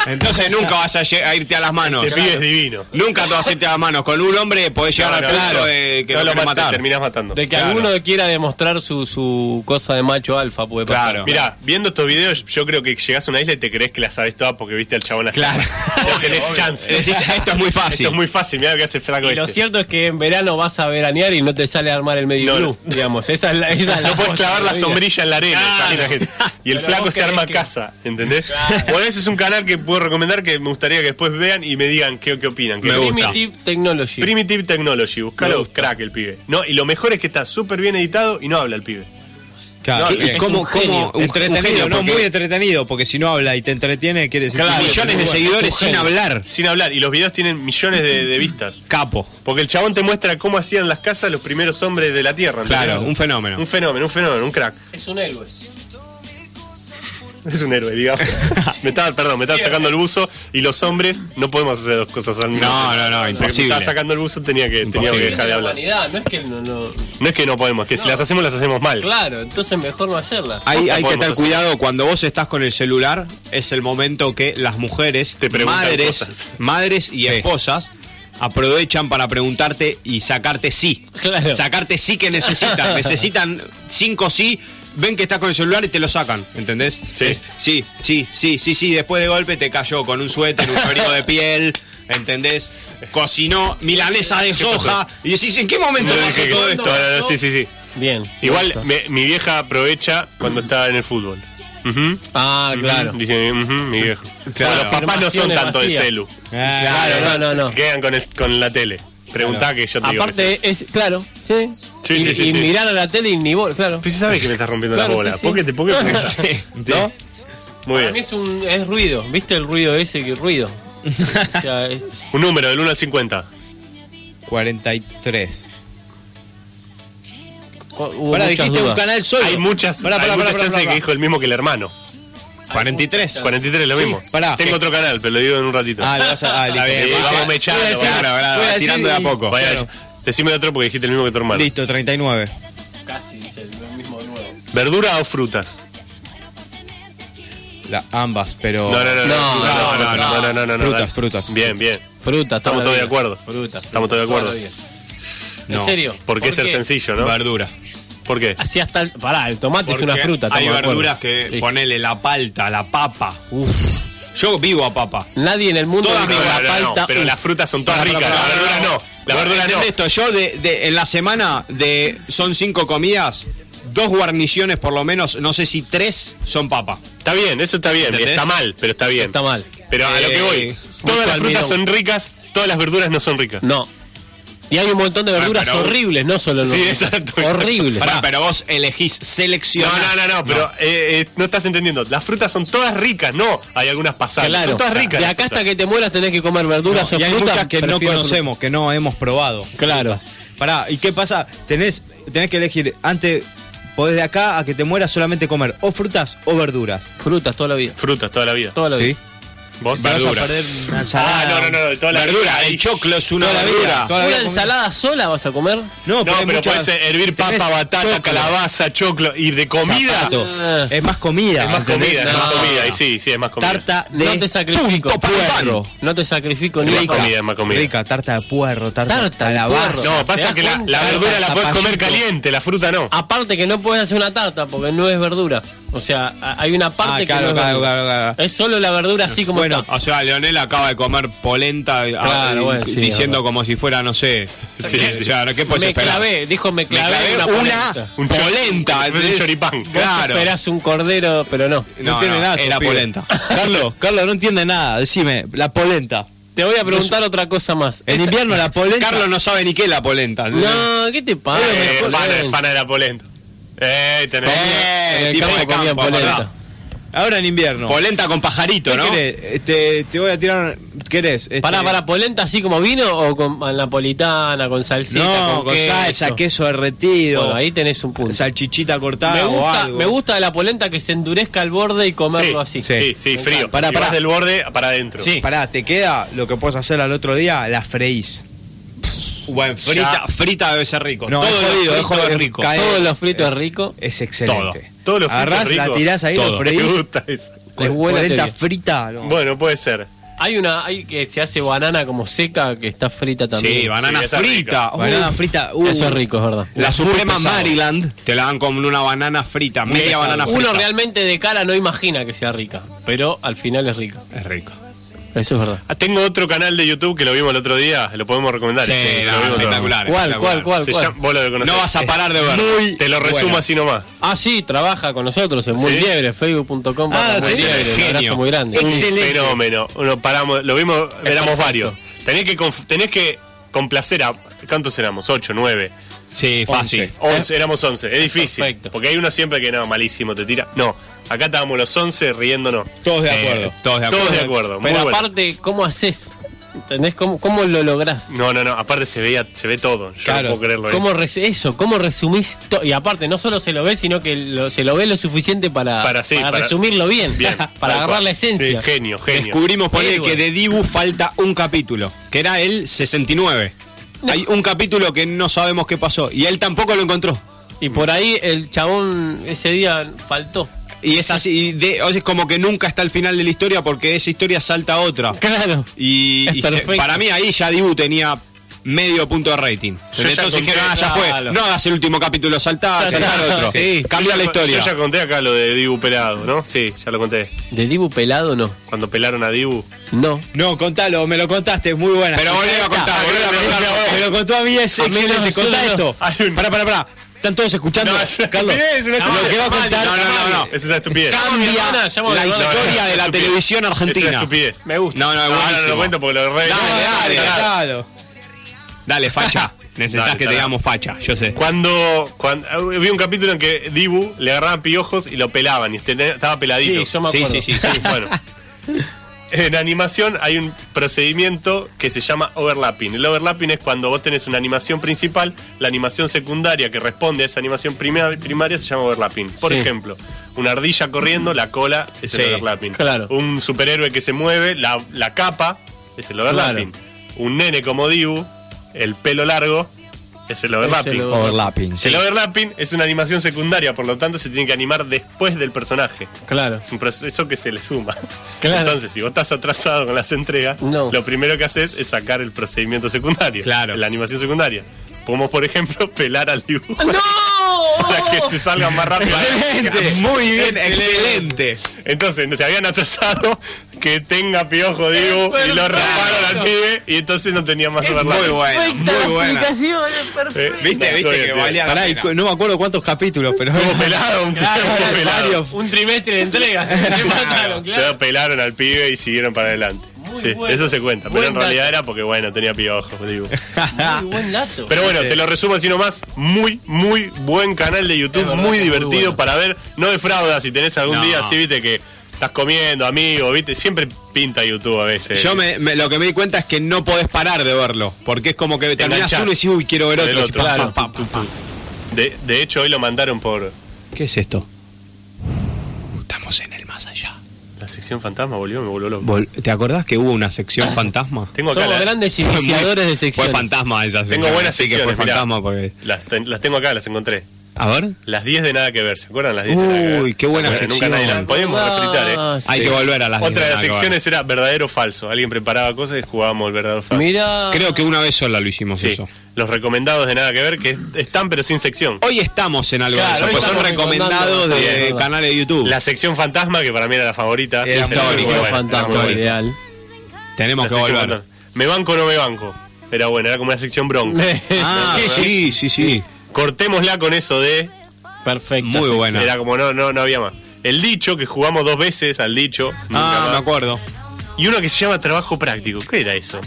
Entonces nunca vas a, lle- a irte a las manos. Te pides divino. Nunca te vas a irte a las manos. Con un hombre podés llegar al punto claro, de que no lo querés mates, matar. terminás matando. De que Claro. alguno quiera demostrar su, su cosa de macho alfa puede pasar. Claro. Mirá, viendo estos videos, yo creo que llegás a una isla y te crees que la sabes toda porque viste al chabón así. Claro. Vos tenés chance. Decís, esto es muy fácil. Esto es muy fácil, mirá lo que hace el flaco Y lo este. cierto es que en verano vas a veranear y no te sale a armar el medio No, blue, no. digamos. Esa es la, esa es no puedes cosa, clavar la ¿no? sombrilla en la arena. Claro. imagínate. Y el Pero flaco vos se arma querés que- casa, ¿entendés? Por eso es un canal que puedo recomendar que me gustaría que después vean y me digan qué, qué opinan. qué Me les gusta. Primitive Technology. Primitive Technology, Me buscalo, gusta. crack el pibe. No, y lo mejor es que está súper bien editado y no habla el pibe. Claro, ¿Qué- bien. y cómo- Es un genio. cómo- un- un entretenido, genio, no porque- muy entretenido, porque si no habla y te entretiene, quiere decir Claro, que- millones de bueno, seguidores es un sin genio. hablar. Sin hablar, y los videos tienen millones de, de vistas. Capo. Porque el chabón te muestra cómo hacían las casas los primeros hombres de la tierra. ¿entendés? Claro, un fenómeno. Un fenómeno, un fenómeno, un crack. Es un Elwes. Es un héroe, digamos. me estaba, perdón, me estaba sacando el buzo y los hombres no podemos hacer dos cosas al mismo No, tiempo. no, no, Porque imposible. Me estaba sacando el buzo tenía que, tenía Imposible. que dejar de la hablar. humanidad, no es que no, no- No es que no podemos, que si las hacemos las hacemos mal. Claro, entonces mejor no hacerla. Hay, Posta hay que podemos tener hacer. cuidado cuando vos estás con el celular, es el momento que las mujeres, Te preguntan madres, cosas. madres y esposas aprovechan para preguntarte y sacarte sí. Claro. Sacarte sí que necesitan, necesitan cinco sí. Ven que estás con el celular y te lo sacan, ¿entendés? Sí. Es, sí, sí, sí, sí, sí. Después de golpe te cayó con un suéter, un abrigo de piel, ¿entendés? Cocinó milanesa de soja. Y decís, ¿en qué momento No me dije hace que- todo esto? no, no, sí, sí, sí. Bien. Igual mm, listo. me- mi vieja aprovecha cuando está en el fútbol. Ujú, Ah, mm, claro. ujú, Dice, ujú, mi viejo. Claro. Bueno, los papás no son Afirmaciones tanto de vacías. celu. Ah, Claro, no, no, no. Se quedan con, el- con la tele. Preguntá que yo te digo. que sí. Aparte, es, claro, sí. Sí, y sí, sí, y sí. mirar a la tele y ni vos, claro. Pues sí sabes que me estás rompiendo Claro, la bola. sí, sí. ¿Por qué te por qué preguntás? Sí. ¿No? Muy Para mí bien. es, un, es ruido, ¿viste el ruido ese? que ruido? O sea, es Un número del 1 al 50. 43. hubo Pará, muchas dijiste un dudas. canal solo. Hay muchas, Pará, hay pará, muchas pará, chances de pará, que dijo el mismo que el hermano. 43. 43 es lo Sí, mismo. pará. Tengo otro canal, pero lo digo en un ratito. Ah, lo vas a. Ah, Está listo. bien, Viste, vamos echando, voy a decir- claro, claro, voy a va decir- tirando de a poco. Vaya, Claro. Decime otro porque dijiste el mismo que tu hermano. Listo, 39. Casi, es el mismo nuevo. ¿Verdura o frutas? La- ambas, Oh. pero. No, no, no, no, No, no, no, no, no, no, no, no, no, Frutas, dale. frutas. Bien, bien. Fruta, Estamos todos de acuerdo. Fruta, Estamos todos de acuerdo. ¿En serio? Porque es ser sencillo, ¿no? Verdura. ¿Por qué? Así hasta el, pará, el tomate es Porque una fruta. estamos Hay de acuerdo. verduras que Sí. ponele la palta, la papa. Yo vivo a papa. Nadie en el mundo Todas dijo mis- la No, no, no, palta. pero uh, las frutas son todas ricas. Pará, Las pará, verduras pará, no. Las Vos verduras no. entendés esto, yo de, de- en la semana de son cinco comidas, dos guarniciones por lo menos, no sé si tres son papa. Está bien, eso está bien. ¿Entendés? Está mal, pero está bien. Está mal. Pero a lo que Eh, voy, todas las almidón. frutas son ricas, todas las verduras no son ricas. No. Y hay un montón Ah, de verduras pero- horribles, no solo Sí, los- exacto. Horribles. Pará, pero vos elegís No, seleccionar. no, no, no, pero eh, eh, no estás entendiendo. Las frutas son todas ricas, no. Hay algunas pasadas. Claro. Son todas ricas. De las acá frutas. hasta que te mueras tenés que comer verduras o y hay frutas, muchas que no prefiero conocemos, que no hemos probado. frutas. Claro. Pará, ¿y qué pasa? Tenés, tenés que elegir antes, podés de acá a que te mueras solamente comer o frutas o verduras. Frutas toda la vida. Frutas toda la vida. Toda la ¿Sí? vida. Vos, Te vas a verduras. perder una Ah, ensalada. no, no, no, de toda la verdura, vida. el choclo es una Toda la vida, toda la verdura. ¿Una vida comiendo. ensalada sola vas a comer? No, No, hay pero muchas- puedes hervir tenés papa, batata, choclo, calabaza, choclo. Y de comida. zapato. Ah. Es más comida. Es más ¿entendés? comida, es más No. comida. Y sí, sí, es más comida. Tarta de No te sacrifico. punto puerro. No te sacrifico ni Es más una- comida, es más comida. Rica, tarta de puerro, tarta, Tarta de de puerro. calabaza. No, ¿Te das pasa que la, cuenta? la verdura la puedes comer Zapallito. caliente, la fruta no. Aparte que no puedes hacer una tarta porque no es verdura. O sea, a- hay una parte Ah, claro, que no es, claro, verdura. claro, claro. es solo la verdura así como Bueno, está. O sea, Leonel acaba de comer polenta ah, Claro, bueno, sí, diciendo verdad. como si fuera, no sé. Sí, o sea, ¿qué puedes me esperar? clavé, dijo me pues Me clavé, clavé polenta. una, Un chor- polenta. un ¿entendés? choripán. Vos Claro. Esperás un cordero, pero no. No, tiene nada. tu Era pibe. polenta. Carlos, Carlos, no entiende nada. Decime, la polenta. Te voy a preguntar otra cosa más. En Esa- invierno la polenta. Carlos no sabe ni qué es la polenta. No, ¿qué te pasa? Eh, Polenta. fan, fan de la polenta. Eh, tenés. Eh, En el tipo campo de campo, comían polenta. ¿verdad? Ahora en invierno. Polenta con pajarito, ¿Qué ¿no? querés? Este, te voy a tirar. ¿Querés? Este, ¿Para, para polenta así como vino o con napolitana, con salsita? No, con queso? salsa, queso derretido. Bueno, ahí tenés un punto. Salchichita cortada me, o gusta, algo. me gusta la polenta que se endurezca al borde y comerlo sí, así. Sí, sí, Me frío. encanta. Pará, Y vas pará. del borde para adentro. Sí. Pará, te queda lo que puedes hacer al otro día, la freís. Bueno, frita, Ya. frita debe ser rico. No, Todo es lo jodido, frito es jodido, es rico. cae- Todo lo frito es- es rico. Es Todo. excelente. Todo lo frito Agarrás, es rico. la tirás ahí, Todo. lo freís. Me gusta eso. Es buena polenta teoría. frita. no. Bueno, puede ser. Hay una hay que se hace banana como seca que está frita también. Sí, banana Sí, esa es frita. Uf. Banana frita. uh. Eso es rico, es verdad. La Muy Suprema pesado. Maryland te la dan con una banana frita, media Pesado. banana frita. Uno realmente de cara no imagina que sea rica, pero al final es rica. Es rico. Eso es verdad. Ah, Tengo otro canal de YouTube que lo vimos el otro día, lo podemos recomendar. Sí, ese, no, lo vimos el otro día. espectacular. ¿Cuál, cuál, cuál, Se cuál? llama- vos lo conocés. No vas a parar de verlo. muy- Te lo resumo Bueno. así nomás. Ah, sí, trabaja con nosotros en Muy Sí. Liebre, facebook.com. Ah, barra sí. Muy Liebre. Un Genio. abrazo muy grande. Un Excelente. fenómeno. Uno paramos, lo vimos, éramos perfecto. varios. Tenés que, conf- tenés que complacer a. ¿Cuántos éramos? ¿8, 9? Sí, fácil. 11, éramos 11. Es difícil. Perfecto. Porque hay uno siempre que no, malísimo, te tira. No, acá estábamos los 11 riéndonos. Todos de Eh, acuerdo. todos de acuerdo. Todos de acuerdo. muy Pero bueno. aparte, ¿cómo haces? ¿Entendés? ¿Cómo, cómo lo lográs? No, no, no. Aparte se veía, se ve todo. Yo Claro, no puedo creerlo. ¿Cómo eso. res- eso? ¿Cómo resumís? to- Y aparte, no solo se lo ve, sino que lo- se lo ve lo suficiente para, Para, sí, para- resumirlo bien, Bien, tal para agarrar cual. la esencia. Sí, genio, genio. Descubrimos por Héroe. que de Dibu falta un capítulo, que era el 69. Hay un capítulo que no sabemos qué pasó y él tampoco lo encontró. Y por ahí el chabón ese día faltó. Y es así, y de- o sea, es como que nunca está el final de la historia porque de esa historia salta a otra. Claro. Y, Es y se- perfecto. para mí ahí ya Dibu tenía medio punto de rating. Yo ya Entonces conté, dijeron, ah, ya claro. fue. No hagas el último capítulo, saltá, Claro, saltá al otro. sí. Cambia la historia. Yo ya conté acá lo de Dibu pelado, ¿no? Sí, ya lo conté. ¿De Dibu pelado no? Cuando pelaron a Dibu. No. No, contalo, me lo contaste, es muy buena. Pero volví a contar, volví a contar. Me lo contó a mí, es A mí no, excelente. solo Contá no. esto. Hay un- Pará, pará, pará. ¿Están todos escuchando? No, es una Carlos, estupidez, es una lo estupidez. que va a Mal, contar no, no, no, no. Es una estupidez. Cambia llamo a la mi hermana. historia No, no, de la estupidez. televisión Es una argentina. estupidez. Me gusta. No, no, es No, ahora no lo buenísimo. cuento porque lo re. Dale, dale, dale. Contalo. Dale, facha. Necesitas Dale, que te dale. digamos facha, yo sé. Cuando, cuando vi un capítulo en que Dibu le agarraban piojos y lo pelaban y este- estaba peladito. Sí, yo me acuerdo. Sí, sí, sí, sí, bueno. En animación hay un procedimiento que se llama overlapping. El overlapping es cuando vos tenés una animación principal, la animación secundaria que responde a esa animación prima- primaria se llama overlapping. Por Sí. ejemplo, una ardilla corriendo, la cola es el Sí, overlapping. claro. Un superhéroe que se mueve, la, la capa es el overlapping. Un nene como Dibu, el pelo largo, es el overlapping. el overlapping. Overlapping. El overlapping es una animación secundaria, por lo tanto se tiene que animar después del personaje. Claro. Es un proceso que se le suma. Claro. Entonces, si vos estás atrasado con las entregas, No. lo primero que haces es sacar el procedimiento secundario. Claro. La animación secundaria. Podemos, por ejemplo, pelar al dibujo. Para que te salga más rápido. Excelente, muy bien, excelente. Entonces, se habían atrasado que tenga piojo, digo, y lo raparon al pibe, y entonces no tenía más overlapping. Muy bueno, muy bueno. Eh, Viste, no, estoy viste que bien, valía la Pará, y pena. cu- no me acuerdo cuántos capítulos, pero. Estuvo pelado, un tiempo varios, pelado. varios. Un trimestre de entregas. se mataron, claro. Pero pelaron al pibe y siguieron para adelante. Muy Sí, bueno. Eso se cuenta, Buen pero en realidad dato. era porque bueno, tenía piojos, digo. Muy buen dato. Pero bueno, Este te lo resumo así nomás, muy, muy buen canal de YouTube, Es verdad, muy muy divertido bueno. para ver, no defrauda si tenés algún No. día así, viste, que estás comiendo, amigo, viste, siempre pinta YouTube a veces. Yo me, me- lo que me di cuenta es que no podés parar de verlo, porque es como que terminás enganchás. uno y decís, uy, quiero ver Del otro. otro, Pa, claro. pa, pa, pa. De, de hecho, hoy lo mandaron por ¿Qué es esto? Estamos en el más allá. la sección fantasma, volvió, me volvió loco. Vol- ¿Te acordás que hubo una sección fantasma? Tengo acá Somos la- grandes Fue muy- iniciadores de Fue secciones. fantasma esa sección. tengo buenas así que secciones, fue mirá. fantasma porque... las, ten- las tengo acá, las encontré. A ver, Las 10 de nada que ver, ¿se acuerdan? Las 10 de nada que ver. Uy, qué buena Bueno, Nunca sección. nadie las podemos Ah, refritar, ¿eh? hay que volver a las Otra diez de las nada que ver. secciones era verdadero o falso. Alguien preparaba cosas y jugábamos el verdadero o falso. Mira. Creo que una vez sola lo hicimos Sí, eso. los recomendados de nada que ver que están pero sin sección. Hoy estamos en algo Claro, de eso, hoy pues son estamos recomendados recomendando bastante, de ¿verdad? canales de YouTube. La sección fantasma que para mí era la favorita. Uh. Era Era muy histórico, buena, bueno, fantasma era histórico. ideal. La Tenemos que sección volver. fantasma. Me banco o no me banco. Era bueno, era como una sección bronca. Ah, sí, sí, sí. Cortémosla con eso de Perfecto. Muy buena. era como no no no había más. El dicho que jugamos dos veces al dicho. nunca Ah, más. me acuerdo. Y uno que se llama trabajo práctico. ¿Qué era eso?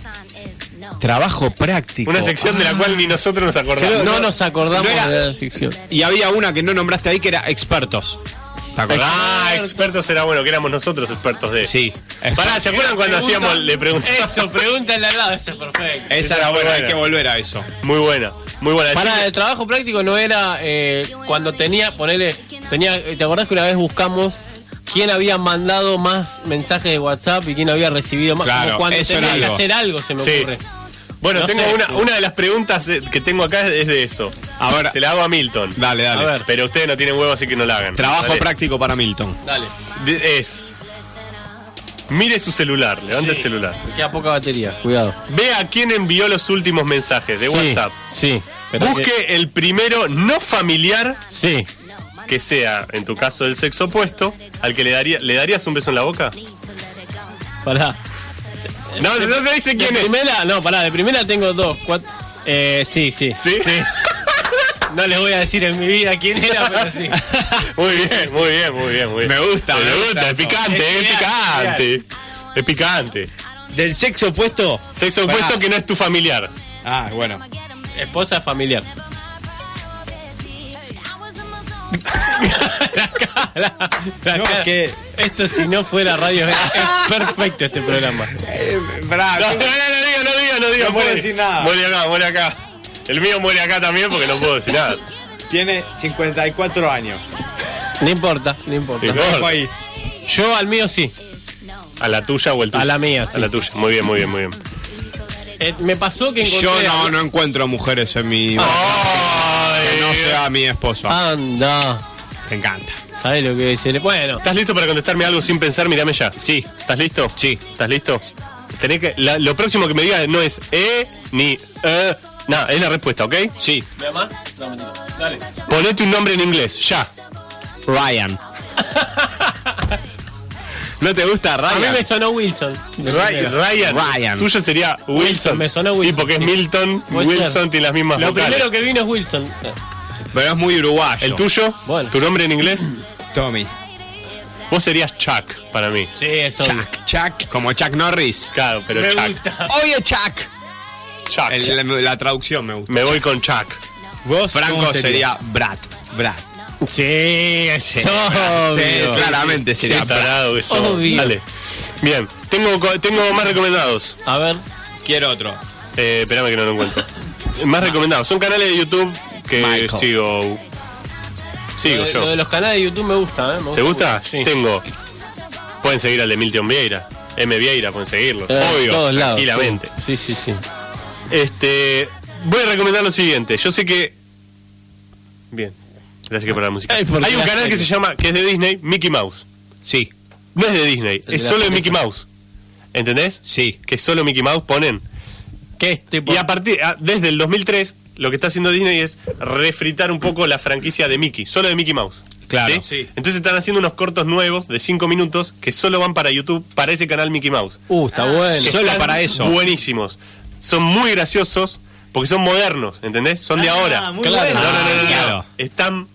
Trabajo práctico. Una sección de la cual ni nosotros nos acordamos. No nos acordamos No era- de la ficción. Y había una que no nombraste ahí que era expertos. ¿Te acordás? Ah, expertos era bueno, que éramos nosotros expertos de. Sí. Pará, ¿se acuerdan cuando Pregunta- hacíamos le preguntamos? Eso, pregúntale al lado, eso es perfecto. Esa era muy buena, hay buena. que volver a eso. Muy buena, muy buena. Para el trabajo práctico no era eh, cuando tenía, ponele, tenía, ¿te acordás que una vez buscamos quién había mandado más mensajes de WhatsApp y quién había recibido más? Claro, Como cuando eso tenía era que algo. hacer algo, se me Sí. ocurre. Bueno, No tengo sé. una, una de las preguntas eh, que tengo acá es de eso. A ver. Se la hago a Milton. Dale, dale. A ver. Pero ustedes no tienen huevo, así que no la hagan. Trabajo Dale. práctico para Milton. Dale. De- Es. Mire su celular, levante el Sí. celular. Me queda poca batería, cuidado. Ve a quién envió los últimos mensajes de Sí, WhatsApp. Sí. pero Busque que- el primero no familiar Sí. que sea, en tu caso, del sexo opuesto, al que le daría, le darías un beso en la boca. Pará. No, no se dice De quién es. primera, no, pará, de primera tengo dos, cuatro. Eh, sí, sí. ¿Sí? No les voy a decir en mi vida quién era, pero sí. Muy bien, muy bien, muy bien, muy bien. Me gusta, me, me gusta gusta, es eso. picante, es, Es genial, picante. Es picante. ¿Del sexo opuesto? Sexo Pará. opuesto que no es tu familiar. Ah, bueno. Esposa familiar. la cara, la No, cara. que- Esto si no fuera radio es es perfecto este programa. Eh, No, no, no, no diga, no diga, no diga. No puedo muere. decir nada. Muere acá, muere acá. El mío muere acá también porque no puedo decir nada. Tiene 54 años. No importa, no importa. Sí, Lo dejo ahí. Yo al mío sí. A la tuya o el tuyo. A la mía, A sí. la tuya. Muy bien, muy bien, muy bien. Eh, me pasó que encontré. Yo no, a- no encuentro mujeres en mi. Ay, que no sea mi esposa. Anda. Te encanta. ¿Sabes lo que se le. Bueno. ¿Estás listo para contestarme algo sin pensar? Mírame ya. Sí. ¿Estás listo? Sí. ¿Estás listo? Tenés que, la- lo próximo que me digas no es eh, ni eh, nada, es la respuesta, ¿ok? Sí. ¿Me más? No, mentira. Dale. Ponete un nombre en inglés, ya. Ryan. ¿No te gusta A mí Ryan? me sonó Wilson. de Ray- primera. Ryan. Ryan. Tuyo sería Wilson. me sonó Wilson, Y porque es sí. Milton, Puede Wilson ser. tiene las mismas Lo vocales. primero que vino es Wilson. Pero es muy uruguayo. ¿El tuyo? Bueno. ¿Tu nombre en inglés? Tommy. Vos serías Chuck para mí. Sí, eso. Chuck. Chuck. Como Chuck Norris. Claro, pero Me Chuck. gusta. Oye, Chuck. Chuck. El- la, la traducción me gusta. Me voy con Chuck. ¿Vos Franco cómo sería? sería Brad. Brad. Sí, eso. Sí, claramente Qué sería Brad. tarado que sos. Obvio. Dale. Bien. Tengo, co- tengo más recomendados. A ver. Quiero otro. Eh, espérame que no lo encuentro. más recomendados. Son canales de YouTube que Michael. sigo. Sigo lo, de- yo. lo de los canales de YouTube me gusta, ¿eh? Me ¿Te gusta? Sí. Tengo. Pueden seguir al de Milton Vieira. M. Vieira, pueden seguirlo. Eh, Obvio. todos lados. tranquilamente. Sí, sí, sí. Este. Voy a recomendar lo siguiente. Yo sé que. Bien. Gracias que para la música. Ay, por Hay un la canal que serie. se llama, que es de Disney, Mickey Mouse. Sí. No es de Disney, de es la solo de Mickey película. Mouse. ¿Entendés? Sí. Que solo Mickey Mouse ponen. ¿Qué es? Tipo, Y a partir, a- desde el 2003, lo que está haciendo Disney es refritar un poco la franquicia de Mickey, solo de Mickey Mouse. Claro. ¿Sí? Sí. Entonces están haciendo unos cortos nuevos de 5 minutos que solo van para YouTube, para ese canal Mickey Mouse. Uh, está Ah, bueno. Solo Están para eso. Buenísimos. Son muy graciosos porque son modernos, ¿entendés? Son de ahora. muy Claro. bueno. No, no, no, no, no. Claro. Están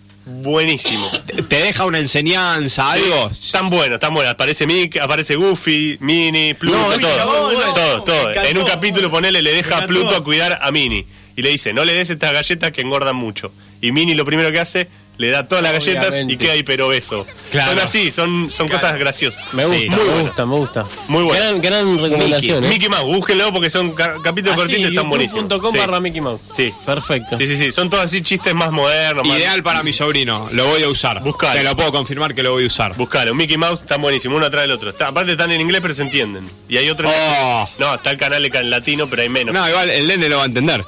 buenísimos. Te deja una enseñanza, algo. Sí, Están buenos, están buenos. Aparece Mick, aparece Goofy, Mini, Pluto, No, Mickey, todo. no, no. todo, todo. Me encantó. en un capítulo, ponele, le deja a encantó. Pluto a cuidar a Mini. Y le dice, no le des estas galletas que engordan mucho. Y Mini lo primero que hace, le da todas las galletas y Obviamente. queda hiperobeso. Claro. Son así, son, son cosas graciosas. Me gusta, Sí, me muy bueno. gusta, me gusta. Muy bueno. Gran, gran recomendación, ¿eh? Mickey Mouse, búsquenlo porque son ca- capítulos Así, cortitos y están buenísimos. youtube.com Sí. barra Mickey Mouse. Sí. Perfecto. sí, sí, sí, son todos así chistes más modernos. más- Ideal para mi sobrino. Lo voy a usar. Buscalo. Te lo puedo confirmar que lo voy a usar. Buscalo, Mickey Mouse están buenísimos, uno atrás del otro. Está- aparte están en inglés, pero se entienden. Y hay otros. Ah. Oh. No, está el canal en latino, pero hay menos. No, igual el nene lo va a entender.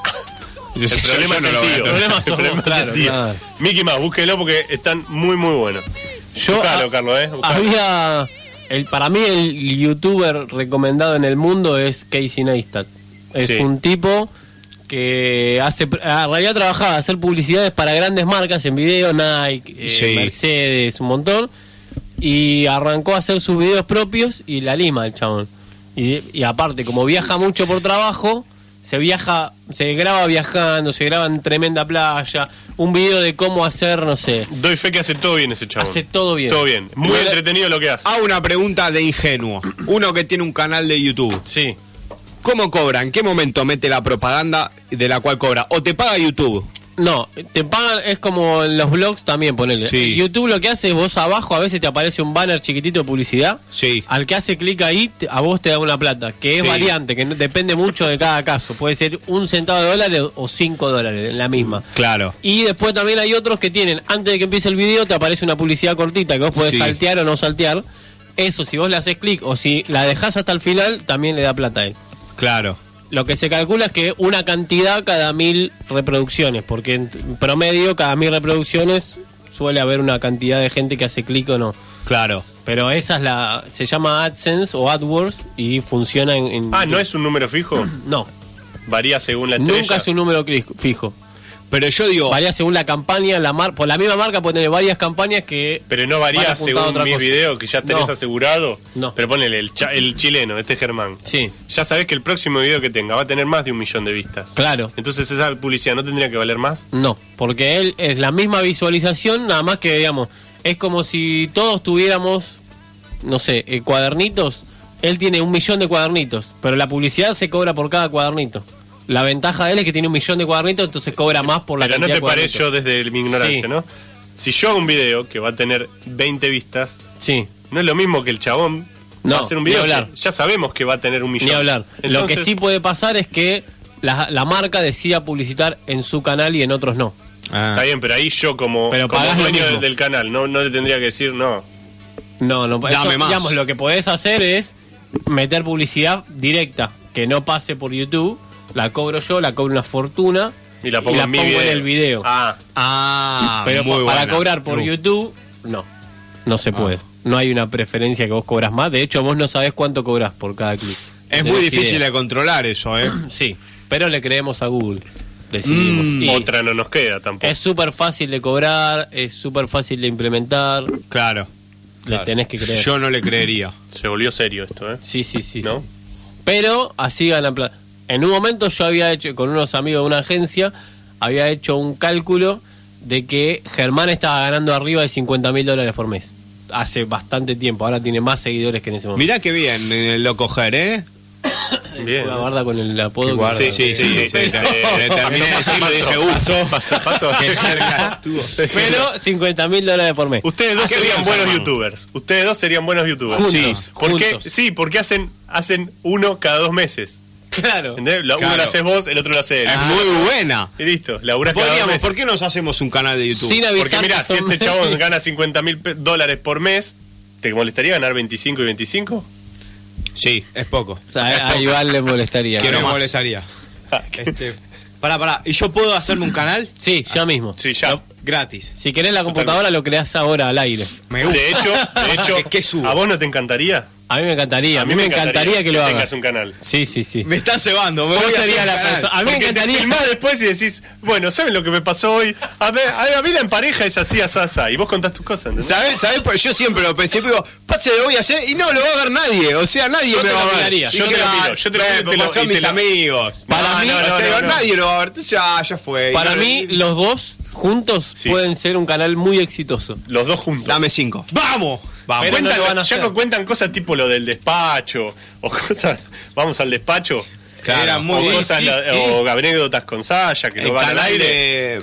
El el problema es el tío. El problema sos vos, es el claro, tío. claro. Mickey Mouse, búsquelo porque están muy, muy buenos. Yo, Buscalo, ah, Carlos, ¿eh? Buscalo. Había. El, para mí, el youtuber recomendado en el mundo es Casey Neistat. Es Sí. un tipo que hace. ah, En realidad trabajaba hacer publicidades para grandes marcas en video, Nike, eh, Sí. Mercedes, un montón. Y arrancó a hacer sus videos propios y la lima el chabón. Y, y aparte, como viaja mucho por trabajo, se viaja, se graba viajando, se graba en tremenda playa. Un video de cómo hacer, no sé, Doy fe que hace todo bien ese chabón. Hace todo bien. Ah, Todo bien. Muy Igual- entretenido lo que hace. Hago una pregunta de ingenuo. Uno que tiene un canal de YouTube. Sí. ¿Cómo cobra? ¿En qué momento mete la propaganda de la cual cobra? ¿O te paga YouTube? No, te pagan, es como en los blogs también, ponele. Sí. Eh, YouTube lo que hace es vos abajo, a veces te aparece un banner chiquitito de publicidad. Sí. Al que hace clic ahí, te- a vos te da una plata, que es Sí. variante, que no- depende mucho de cada caso. Puede ser un centavo de dólares o cinco dólares, la misma. Claro. Y después también hay otros que tienen, antes de que empiece el video, te aparece una publicidad cortita que vos podés Sí. saltear o no saltear. Eso, si vos le haces clic o si la dejás hasta el final, también le da plata a él. Claro. Lo que se calcula es que una cantidad cada mil reproducciones, porque en t- en promedio cada mil reproducciones suele haber una cantidad de gente que hace clic o no. Claro. Pero esa es la. Se llama AdSense o AdWords y funciona en. en- Ah, ¿no es un número fijo? No. Varía según la estrella. Nunca es un número cris- fijo. Pero yo digo, Varía según la campaña, la mar por la misma marca puede tener varias campañas que. Pero no van varía apuntado a según otra mis cosa. videos que ya tenés No. asegurado. No. Pero ponele el, cha- el chileno, este Germán. Sí. Ya sabés que el próximo video que tenga va a tener más de un millón de vistas. Claro. Entonces esa publicidad no tendría que valer más. No, porque él es la misma visualización, nada más que, digamos, es como si todos tuviéramos, no sé, eh, cuadernitos. Él tiene un millón de cuadernitos, pero la publicidad se cobra por cada cuadernito. La ventaja de él es que tiene un millón de cuadernitos, entonces cobra más por la Pero no cantidad te de cuadernitos. parece yo desde mi ignorancia, Sí. ¿no? Si yo hago un video que va a tener 20 vistas, Sí, no es lo mismo que el chabón No, va a hacer un ni video. hablar. que ya sabemos que va a tener un millón. ni hablar. Lo que Entonces, sí puede pasar es que la, la marca decida publicitar en su canal y en otros no. Ah. Está bien, pero ahí yo como, Pero como pagás lo dueño mismo. del canal no, no le tendría que decir no. No, no eso, Dame más. Digamos, lo que podés hacer es meter publicidad directa, que no pase por YouTube, la cobro yo, la cobro una fortuna Y la pongo, en, mi video. en el video. Ah, ah, Pero muy pa- para buena. cobrar por Uh. Ah. YouTube, no, no se puede. No hay una preferencia que vos cobras más. De hecho, vos no sabés cuánto cobras por cada clic. Es No muy tenés difícil idea. de controlar eso, ¿eh? Sí, pero le creemos a Google. Decidimos. Mm, Y otra no nos queda tampoco. Es súper fácil de cobrar, es súper fácil de implementar. Claro. Le tenés que creer. Yo no le creería. Se volvió serio esto, ¿eh? Sí, sí, sí. ¿No? sí. Pero así ganan plata. En un momento yo había hecho, con unos amigos de una agencia, había hecho un cálculo de que Germán estaba ganando arriba de 50 mil dólares por mes. Hace bastante tiempo, ahora tiene más seguidores que en ese momento. Mirá que bien eh, lo coger, ¿eh? Bien. La guarda con el apodo. que- Sí, sí, sí. sí, sí. Le terminé de decir, le dije, uh, Paso, paso. qué cerca estuvo. Pero 50 mil dólares por mes. Ustedes dos Qué serían bien, buenos Germán. youtubers. Ustedes dos serían buenos youtubers. Juntos, sí. ¿Por qué? juntos. Sí, porque hacen, hacen uno cada dos meses. Claro. ¿Entendés? La- Uno Claro. lo haces vos, el otro lo hace él. Ah. Es muy buena. Y listo, laburás cada dos Podríamos, meses. ¿por qué nos hacemos un canal de YouTube? Sin avisar. Porque mirá, que si son- este chabón gana 50 mil dólares por mes, ¿te molestaría ganar 25 y 25? Sí, es poco. O sea, a a Iván le molestaría. Quiero creo. me molestaría. Ah, Este, pará, pará. ¿Y yo puedo hacerme un canal? Sí, ya mismo. Sí, ya. Gratis. Si querés la computadora, lo creás ahora al aire. Me gusta. De hecho, de hecho ¿Qué- qué subo? ¿a vos no te encantaría? A mí me encantaría. A mí, me encantaría, que lo hagas. tengas un canal. Sí, sí, sí. Me está cebando. Me voy a hacer sería un la canal. persona? A mí me Porque encantaría- Te filmás después y decís, bueno, ¿saben lo que me pasó hoy? A ver, a ver, la vida en pareja es así, asasa. Y vos contás tus cosas, ¿entendés? ¿Sabes? ¿Sabes? Pues yo siempre lo pensé, digo, pase lo voy a hacer y no lo va a ver nadie. O sea, nadie Yo me te va lo a ver. miraría. Yo te lo miro, yo te lo miro y te lo- y son te mis lo- amigos. Para No, mí- no, no, no, te no, digo, no. nadie lo va a ver. Ya, ya fue. Para No, mí, no, los dos juntos Sí. pueden ser un canal muy exitoso. Los dos juntos. Dame cinco. ¡Vamos! Vamos. Pero no Cuentan- lo van a ya hacer. cu- cuentan cosas tipo lo del despacho o cosas. Vamos al despacho. Claro. Era muy o bueno. cosas Sí, la- sí. o anécdotas con Saya que no El van al canal aire. de-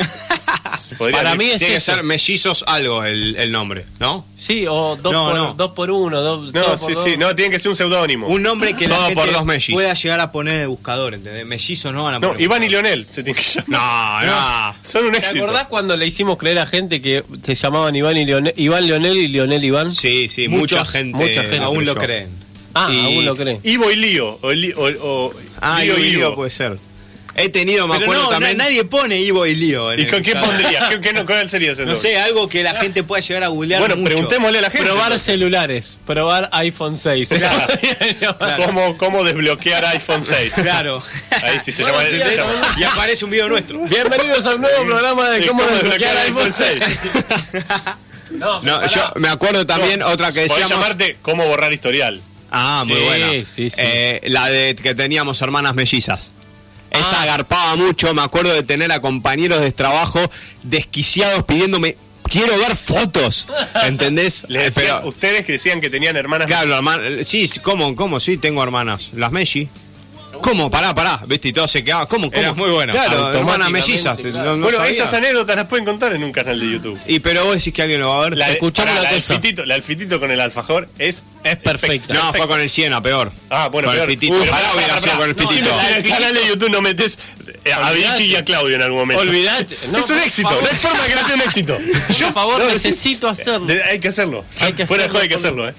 Se podría- Para mí es Tiene que eso. ser mellizos algo el, el nombre, ¿no? Sí, o dos, No, por, no. dos por uno, dos, No, todo sí, por dos. sí. No, tiene que ser un seudónimo. Un nombre que la Todo gente por dos mellis. pueda llegar a poner en el buscador, ¿entendés? Mellizos no van a No, poner. Iván y Leonel se tienen que llamar. No, no. Son un ¿Te éxito. acordás cuando le hicimos creer a gente que se llamaban Iván y Leonel, Iván Leonel y Leonel Iván? Sí, sí, mucha Muchos- gente, mucha gente aún lo cree. creen. Ah, y- aún lo cree. Ivo y Lío. O, Li- o- o- Ah, Lío Ivo y y Ivo. Lío puede ser. He tenido, me Pero acuerdo no, na- también. nadie pone Ivo y Lío. en ¿Y el con qué buscador. pondrías? ¿Qué, qué no- ¿Cuál sería ese No nombre? sé, algo que la gente pueda llegar a googlear Bueno, mucho. preguntémosle a la gente. Probar celulares, probar iPhone 6. Claro. ¿Cómo, cómo desbloquear iPhone 6? Claro. Ahí sí se llama. se ¿Entendés? llama. Y aparece un video nuestro. Bienvenidos a un nuevo programa de Sí, cómo, desbloquear iPhone 6. 6? No, No, yo me acuerdo también otra que Podés decíamos. llamarte cómo borrar historial. Ah, muy Sí, buena. sí, sí. Eh, la de que teníamos hermanas mellizas. Esa agarpaba mucho, me acuerdo de tener a compañeros de trabajo desquiciados pidiéndome, quiero ver fotos, ¿entendés? Les Eh, decían- ustedes que decían que tenían hermanas. claro, hermano, sí, ¿cómo, cómo? Sí, tengo hermanas, las Messi. ¿Cómo? Pará, pará. ¿Viste? Y todo se quedaba. ¿Cómo? cómo? Era muy bueno. Claro, hermana Automáticamente, melliza. claro. No- no bueno, sabía. esas anécdotas las pueden contar en un canal de YouTube. Y pero vos decís que alguien lo va a ver. de- escuchame pará, una la del cosa. fitito, la del fitito con el alfajor es Es perfecta. No, fue con el Siena, peor. Ah, bueno, con peor. el fitito. Uy, Ojalá pará, hubiera pará, sido con el pará. No, fitito. si en el canal de YouTube no metes eh, a Olvidate. Vicky y a Claudio en algún momento. Olvidate. No, es por un éxito. favor. No hay forma de que no sea un éxito. Por favor, necesito hacerlo. De- hay que hacerlo. Hay que Fuera hacerlo, de juego hay que Pablo. hacerlo, eh.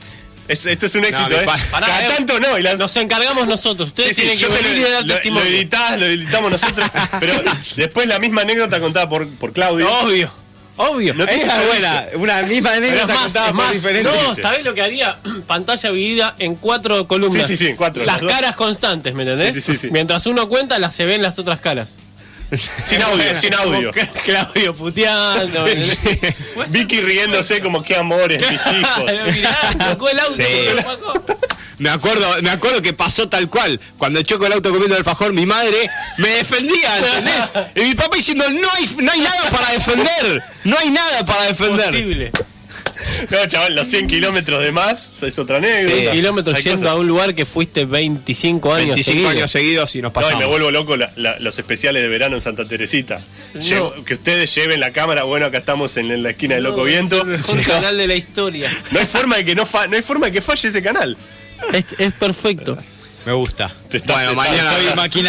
Es- esto es un éxito, me eh. pasa. Pará, Cada eh. tanto no. Y las, Nos encargamos nosotros. Ustedes Sí, sí, tienen yo que te venir y dar lo, lo, lo testimonio. editás, lo editamos nosotros. pero después la misma anécdota contada por, por Claudio. Obvio. Obvio. No tiene Esa es buena. Una misma Pero es anécdota más, contada es por más. diferentes. No, ¿sabés lo que haría? Pantalla dividida en cuatro columnas. Sí, sí, sí, en cuatro, Las las dos. caras constantes, ¿me entendés? Sí, sí, sí, sí. Mientras uno cuenta, las se ven las otras caras. Sin audio, sin audio. Claudio puteando. ¿me entendés? Puede ser- Vicky riéndose como que amores, mis hijos. Mirá, sacó el auto. Sí. lo sacó. Me acuerdo, me acuerdo que pasó tal cual. Cuando choco el auto comiendo alfajor, mi madre me defendía, ¿entendés? Y mi papá diciendo, no hay, no hay nada para defender. No hay nada para defender. Imposible. No, chaval, los 100 kilómetros de más, es otra anécdota. Sí. Kilómetros Hay yendo cosas. a un lugar que fuiste 25 años. 25 seguidos. años seguidos y nos No, y me pasamos. vuelvo loco la- la- los especiales de verano en Santa Teresita. Llevo- que ustedes lleven la cámara, bueno, acá estamos en, en la esquina del Loco Viento. Es el mejor Sí. canal de la historia. No hay forma de que no, fa- no hay forma de que falle ese canal. Es, es perfecto. Me gusta. Te está- bueno, te está- mañana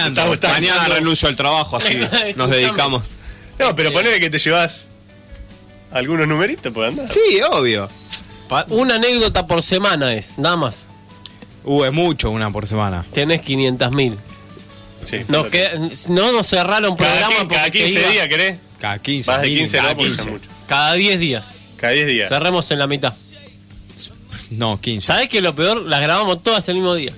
está- está- está- mañana renuncio al trabajo, así nos Escuchame. dedicamos. No, pero ponele que te llevas algunos numeritos pues, por andar. Sí, obvio. Pa- Una anécdota por semana es, nada más. Uh, es mucho una por semana. Tenés 500 mil. Sí. Nos queda- no nos cerraron cada, programa quin- porque cada te 15 iba- días, ¿querés? Cada 15. Más de mínimo. 15 Cada no, porque ya es mucho. Cada 10 días. Cada 10 días. Cerremos en la mitad. No, 15. ¿Sabés que lo peor? Las grabamos todas el mismo día.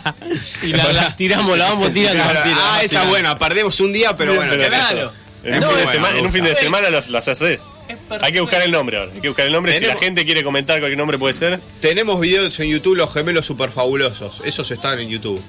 y la- las tiramos, las vamos tirando. Claro, las tiramos, ah, las esa tiramos. buena, perdemos un día, pero bueno. Pero ¿qué claro. haces? En Es un, muy fin de buena, semana, me en un fin de gusta. semana los- las haces. Hay que buscar el nombre ahora. Hay que buscar el nombre. Si la Tenemos- gente quiere comentar cualquier nombre puede ser. Tenemos videos en YouTube, los gemelos superfabulosos. Esos están en YouTube.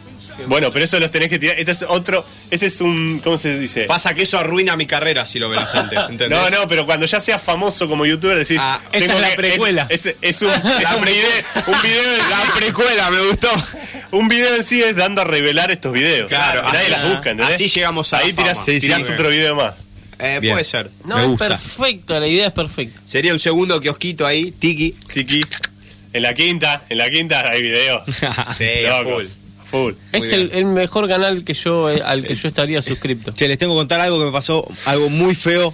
Bueno, pero eso los tenés que tirar. Este es otro. Ese es un. ¿Cómo se dice? Pasa que eso arruina mi carrera si lo ve la gente. ¿entendés? No, no, pero cuando ya seas famoso como youtuber decís. Ah, esa es la precuela. Es, es- es un, es un video, un video en La sí, precuela me gustó. un video en sí es dando a revelar estos videos. Claro, nadie así- las busca, ¿entendés? así llegamos a Ahí la tirás, fama. Sí, sí. tirás Muy otro video más. Eh, Bien. puede ser. No, Me es gusta. perfecto, la idea es perfecta. Sería un segundo kiosquito ahí, tiki. Tiki. En la quinta, en la quinta hay videos. Sí, a Locos. Full. Es el, el mejor canal que yo eh, al que yo estaría suscripto. Che, les tengo que contar algo que me pasó, algo muy feo.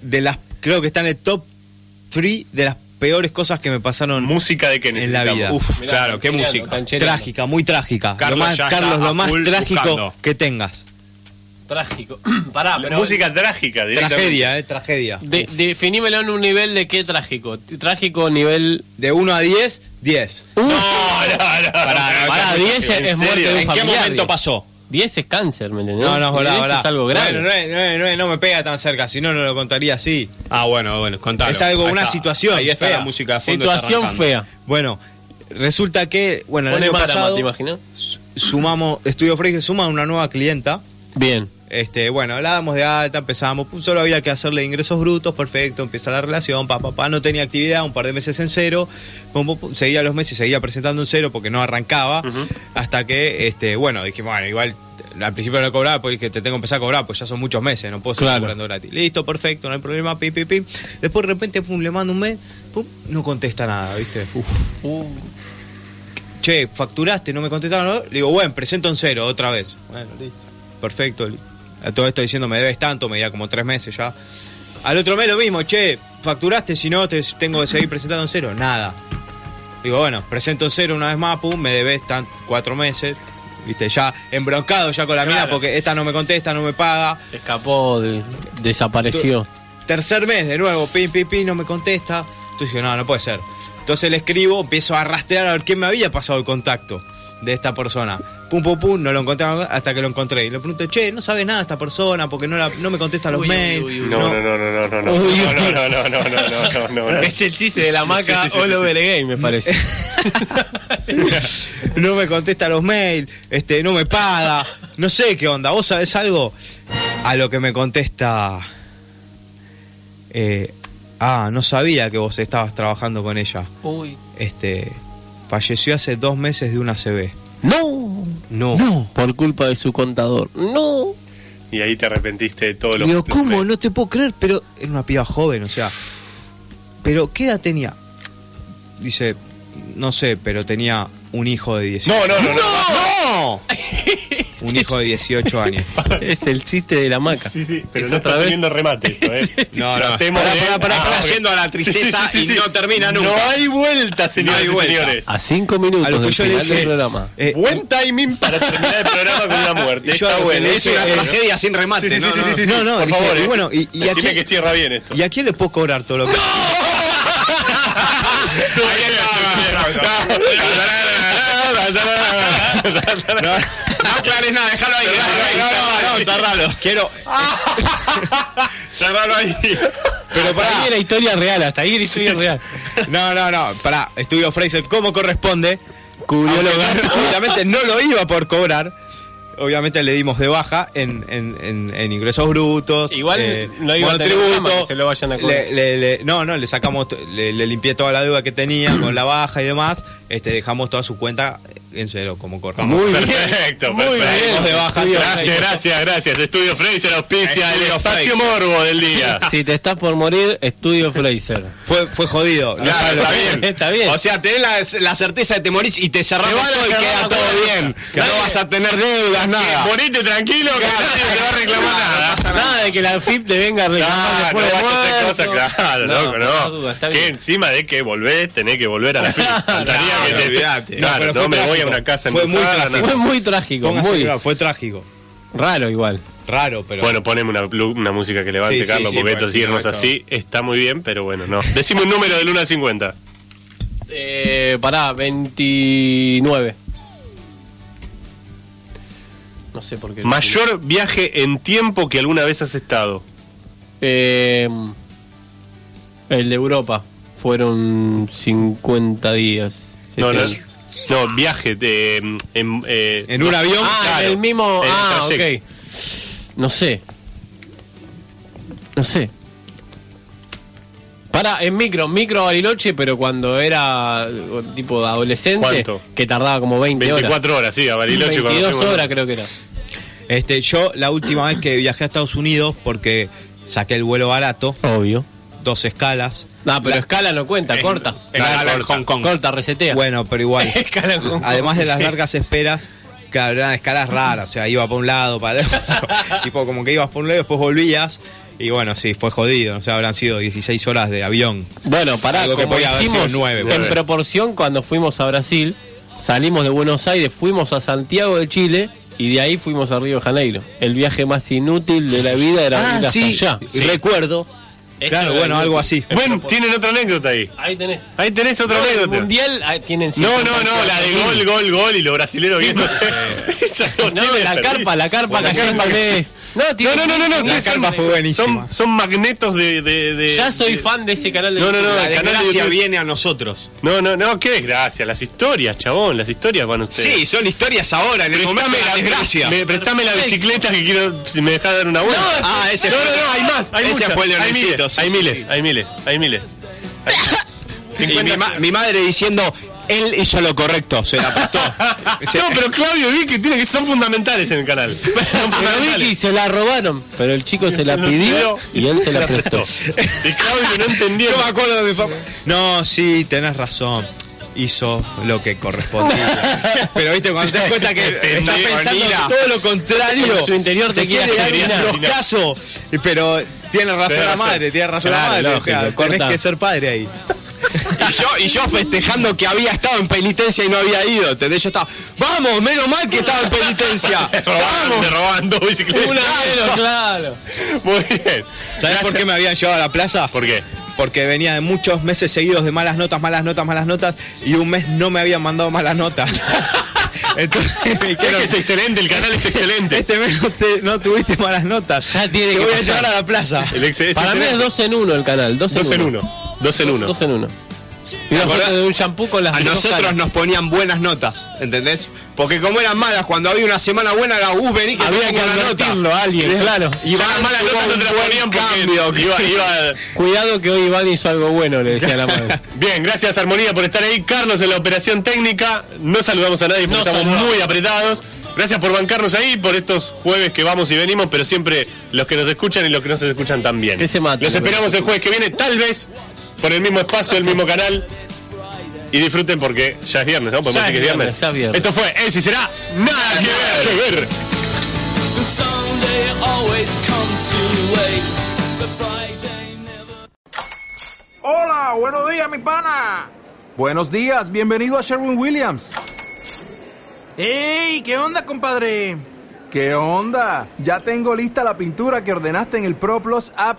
De las, creo que está en el top 3 de las peores cosas que me pasaron. Música de que En la necesitamos. vida. Uf, Mirá, claro, qué están tirando, música. están tirando. Trágica, muy trágica. Carlos lo más, ya está Carlos, a lo más full trágico buscando. que tengas. Trágico. Pará, pero. música trágica, directamente. Tragedia, eh, tragedia. de- definímelo en un nivel de qué trágico. Trágico nivel. De 1 a 10, 10. ¡Uh! No, no, no. Pará, pará, 10 es, ¿En es muerte serio? de un ¿En qué familiar. momento digo. pasó? 10 es cáncer, ¿me entendés? No, no, pará, 10 pará. es algo grave. Bueno, no, es- no, es- no, es- no me pega tan cerca, si no, no lo contaría así. Ah, bueno, bueno, contalo. Es algo, Ahí una está. situación Ahí está fea. la música de fondo, Situación está arrancando. fea. Bueno, resulta que, bueno, el Pone año Marama, pasado ¿te imaginas? su- sumamos, Estudio Frey se suma una nueva clienta. Bien. Este, bueno, hablábamos de alta, empezábamos, pum, solo había que hacerle ingresos brutos, perfecto, empieza la relación, papá, papá, no tenía actividad, un par de meses en cero, pum, pum, pum, seguía los meses, seguía presentando en cero porque no arrancaba, hasta que, este, bueno, dije, bueno, igual t- al principio no cobraba, porque dije, te tengo que empezar a cobrar, pues ya son muchos meses, no puedo seguir Claro. cobrando gratis. Listo, perfecto, no hay problema, pi, pi, pi. Después de repente, pum, le mando un mes, pum, no contesta nada, ¿viste? Uf che, facturaste, no me contestaron. ¿no? Le digo, bueno, presento en cero otra vez. Bueno, listo. Perfecto. A todo esto diciendo, me debes tanto, me da como tres meses ya. Al otro mes lo mismo, che, facturaste, si no, te tengo que seguir presentando en cero. Nada. Digo, bueno, presento en cero una vez más, pum, me debes tan cuatro meses. Viste, ya embroncado ya con la mina Claro. porque esta no me contesta, no me paga. Se escapó, de- desapareció. Tercer mes, de nuevo, pim, pim, pim, no me contesta. Entonces digo, no, no puede ser. Entonces le escribo, empiezo a rastrear a ver quién me había pasado el contacto de esta persona. Pum, pum, pum, no lo encontré hasta que lo encontré. Y le pregunto, che, no sabes nada de esta persona porque no, la- no me contesta los Uy, uy, mails. uy, uy. No, no, no, no, no, no, no, Uy, este- no, uy. no, no, no, no, no, no, no. Es el chiste de la maca Sí, sí, sí, all sí, over again, me parece. no me contesta los mails, este, no me paga, no sé qué onda, ¿vos sabés algo? A lo que me contesta, eh, ah, no sabía que vos estabas trabajando con ella. Uy. Este, falleció hace dos meses de una CB. ¡No! No. Por culpa de su contador. No. Y ahí te arrepentiste de todo lo Digo, ¿cómo? No te puedo creer, pero era una piba joven, o sea. Pero, ¿qué edad tenía? Dice, no sé, pero tenía un hijo de 18, No, no, no, no. ¡No! un hijo de 18 años. Es el chiste de la maca. Sí, sí, pero Es no otra está vez. teniendo remate esto, ¿eh? No, no. Tratemos Pará, de- Ah, pará, pará, pará, yendo a la tristeza y no termina nunca. No hay vuelta, señores hay y vuelta. señores. A cinco minutos A lo que del yo le final del dije. programa. eh, Buen timing para terminar el programa con una muerte. Y yo Está a lo que bueno. le Es una Eh, tragedia sin remate. Sí, sí, no, sí, no, sí, no. sí, sí. No, no, por dije, favor. eh. y bueno, y- y Decime aquí- que cierra bien esto. ¿Y a quién le puedo cobrar todo lo que.? No aclares nada, déjalo ahí. No, no, cerralo. Quiero. Cerralo ahí. Pero Ahí pará. era historia real, hasta ahí era historia real. No, no, no, pará. Estudio Fraser como corresponde. Cubrió los Aunque gastos. no- obviamente no lo iba por cobrar. Obviamente le dimos de baja en, en- en- en ingresos brutos. Igual no iba a tener monotributo. drama que se lo vayan a cobrar. Le- le- le- no, no, le sacamos, t- le, le limpié toda la deuda que tenía con la baja y demás. Este, dejamos toda su cuenta en cero, como corre. Muy bien. Perfecto, Muy bien. perfecto. de baja. Gracias, gracias, gracias. Estudio Fraser auspicia el Estudio Fraser. espacio morbo del día. Si te estás por morir, estudio Fraser. Fue, fue jodido. Claro, Claro, está está bien. Está bien. O sea, tenés la, la certeza de te morís y te cerramos Te van a todo y cerrar queda la todo cuenta. bien. Claro. No vas a tener deudas, nada. Ponete tranquilo que nadie te va a reclamar nada. Nada de que la FIP te venga a reclamar Claro, no después de vayas a hacer muerto. cosas, claro, No, loco, no no. duda, está que bien. encima de que volvés, tenés que volver a la fila. Faltaría que te- olvidate. Claro, no, pero fue me voy a trágico. una casa Fue muy embrujada, trágico. no. Fue muy trágico, Póngase muy bravo, fue trágico. raro igual. Raro, pero. Bueno, poneme una, plu- una música que levante, Sí, sí, Carlos, sí, porque porque esto si no, irnos acabo. así está muy bien, pero bueno, no. Decime un número del 1 al 50. Eh, pará, 29. No sé por qué. Mayor viaje en tiempo que alguna vez has estado. Eh, el de Europa. Fueron 50 días. No, no. 70. No, viaje de, em, en, eh, En un avión, Ah, en claro, el mismo. en el ah, ok. trayecto. No sé. No sé. Para, en micro, micro Bariloche, pero cuando era eh, tipo adolescente, ¿Cuánto? que tardaba como 20 horas. 24 horas, sí, a Bariloche cuando 22 fuimos, ¿no? horas creo que era. Este, yo la última vez que viajé a Estados Unidos porque saqué el vuelo barato, Obvio. dos escalas. No, Ah, pero escala no cuenta, Eh, corta. escala Corta, en Hong Kong. Corta, resetea. Bueno, pero igual. Escala en Hong Kong, Además de las sí. largas esperas, que eran escalas raras, o sea, iba para un lado, para el otro. tipo como que ibas por un lado, después volvías. Y bueno, sí, fue jodido, o sea, habrán sido 16 horas de avión. Bueno, pará, Algo que como podía haber sido hicimos nueve, en ponele. proporción cuando fuimos a Brasil, salimos de Buenos Aires, fuimos a Santiago de Chile y de ahí fuimos a Río de Janeiro. El viaje más inútil de la vida era ir hasta allá. y Ah, recuerdo. claro, era bueno, inútil. algo así. Bueno, tienen otra anécdota ahí. Ahí tenés. Ahí tenés otra pues- el anécdota. mundial ah, tienen No, no, 54 no, la de gol, gol, gol y los brasileros viendo. Esa No, tiene la desperdicio. carpa, la carpa La cayendo carpa que- es- No, No, tiene- no, no, no, no, La ustedes carpa son- fue Son, son magnetos de, de- de- Ya soy de- fan de ese canal de No, no, no, YouTube. el canal de Gracias YouTube- viene a nosotros. No, no, no, qué desgracia. Las historias, chabón, las historias van a ustedes. Sí, son historias ahora, en el momento de la desgracia. Me, prestame la Perfecto. bicicleta que quiero. Si me dejás dar una vuelta. No, Ah, ese no, fue- no, no, hay más. Hay ese muchas. fue el de hay Leoncito, miles, sí, hay sí, miles, sí. hay miles, hay miles. Hay miles. Y mi, 50 ma- mi madre diciendo, él hizo lo correcto, se la apostó. No, pero Claudio vi que tiene que son fundamentales en el canal. Son Pero Vicky fundamentales. se la robaron, pero el chico se la Se la pidió pidió y él se la prestó. Y Claudio no entendió. Yo me acuerdo de mi papá. No, sí, tenés razón. Hizo lo que correspondía. Pero viste, cuando te das cuenta que estás Pendejo, pensando Nila. todo lo contrario. En su interior te quiere quiere dar asesinar. los casos. Y- Pero tiene razón Tenés la razón. madre, tiene razón Claro, la madre. lógico, o sea, tenés corta. que ser padre ahí. Y yo, y yo festejando que había estado en penitencia y no había ido. ¿entendés? Yo estaba, vamos, menos mal que estaba en penitencia. Te robaron, Vamos. te robaban dos bicicletas. Una menos, claro. Muy bien. ¿Sabés por qué me habían llevado a la plaza? ¿Por qué? Porque venía de muchos meses seguidos de malas notas, malas notas, malas notas. Y un mes no me habían mandado malas notas. Entonces me Es dijeron, que es excelente, el canal es excelente. Este mes no, te- no tuviste malas notas. Ya tiene te que voy a pasar. llevar a la plaza. El ex- es Para mí es excelente. 2 en 1 el canal, 2 en Dos 1. en uno. Dos en uno. 2 en 1. Y una acordás? foto de un shampoo con las A dos nosotros caras. nos ponían buenas notas, ¿entendés? Porque como eran malas, cuando había una semana buena, era uh, vení que Había que advertirlo a alguien, claro. Y Ya van las malas tuvo notas no un te las buen ponían cambio, porque iba, iba... Cuidado que hoy Iván hizo algo bueno, le decía la madre. Bien, gracias Armonía por estar ahí. Carlos en la operación técnica. No saludamos a nadie porque No estamos saludamos. muy apretados. Gracias por bancarnos ahí, por estos jueves que vamos y venimos, pero siempre los que nos escuchan y los que no se escuchan también. Que se maten. Los esperamos el jueves que viene, tal vez, por el mismo espacio, el mismo canal. Y disfruten porque ya es viernes, ¿no? Podemos Ya decir es que viernes, ya es viernes. Esto fue El Si Será Nada Que Ver. Que ver. The Sunday always comes too late. The Friday never. Hola, buenos días, mi pana. Buenos días, bienvenido a Sherwin Williams. ¡Ey! ¿Qué onda, compadre? ¿Qué onda? Ya tengo lista la pintura que ordenaste en el ProPlus app.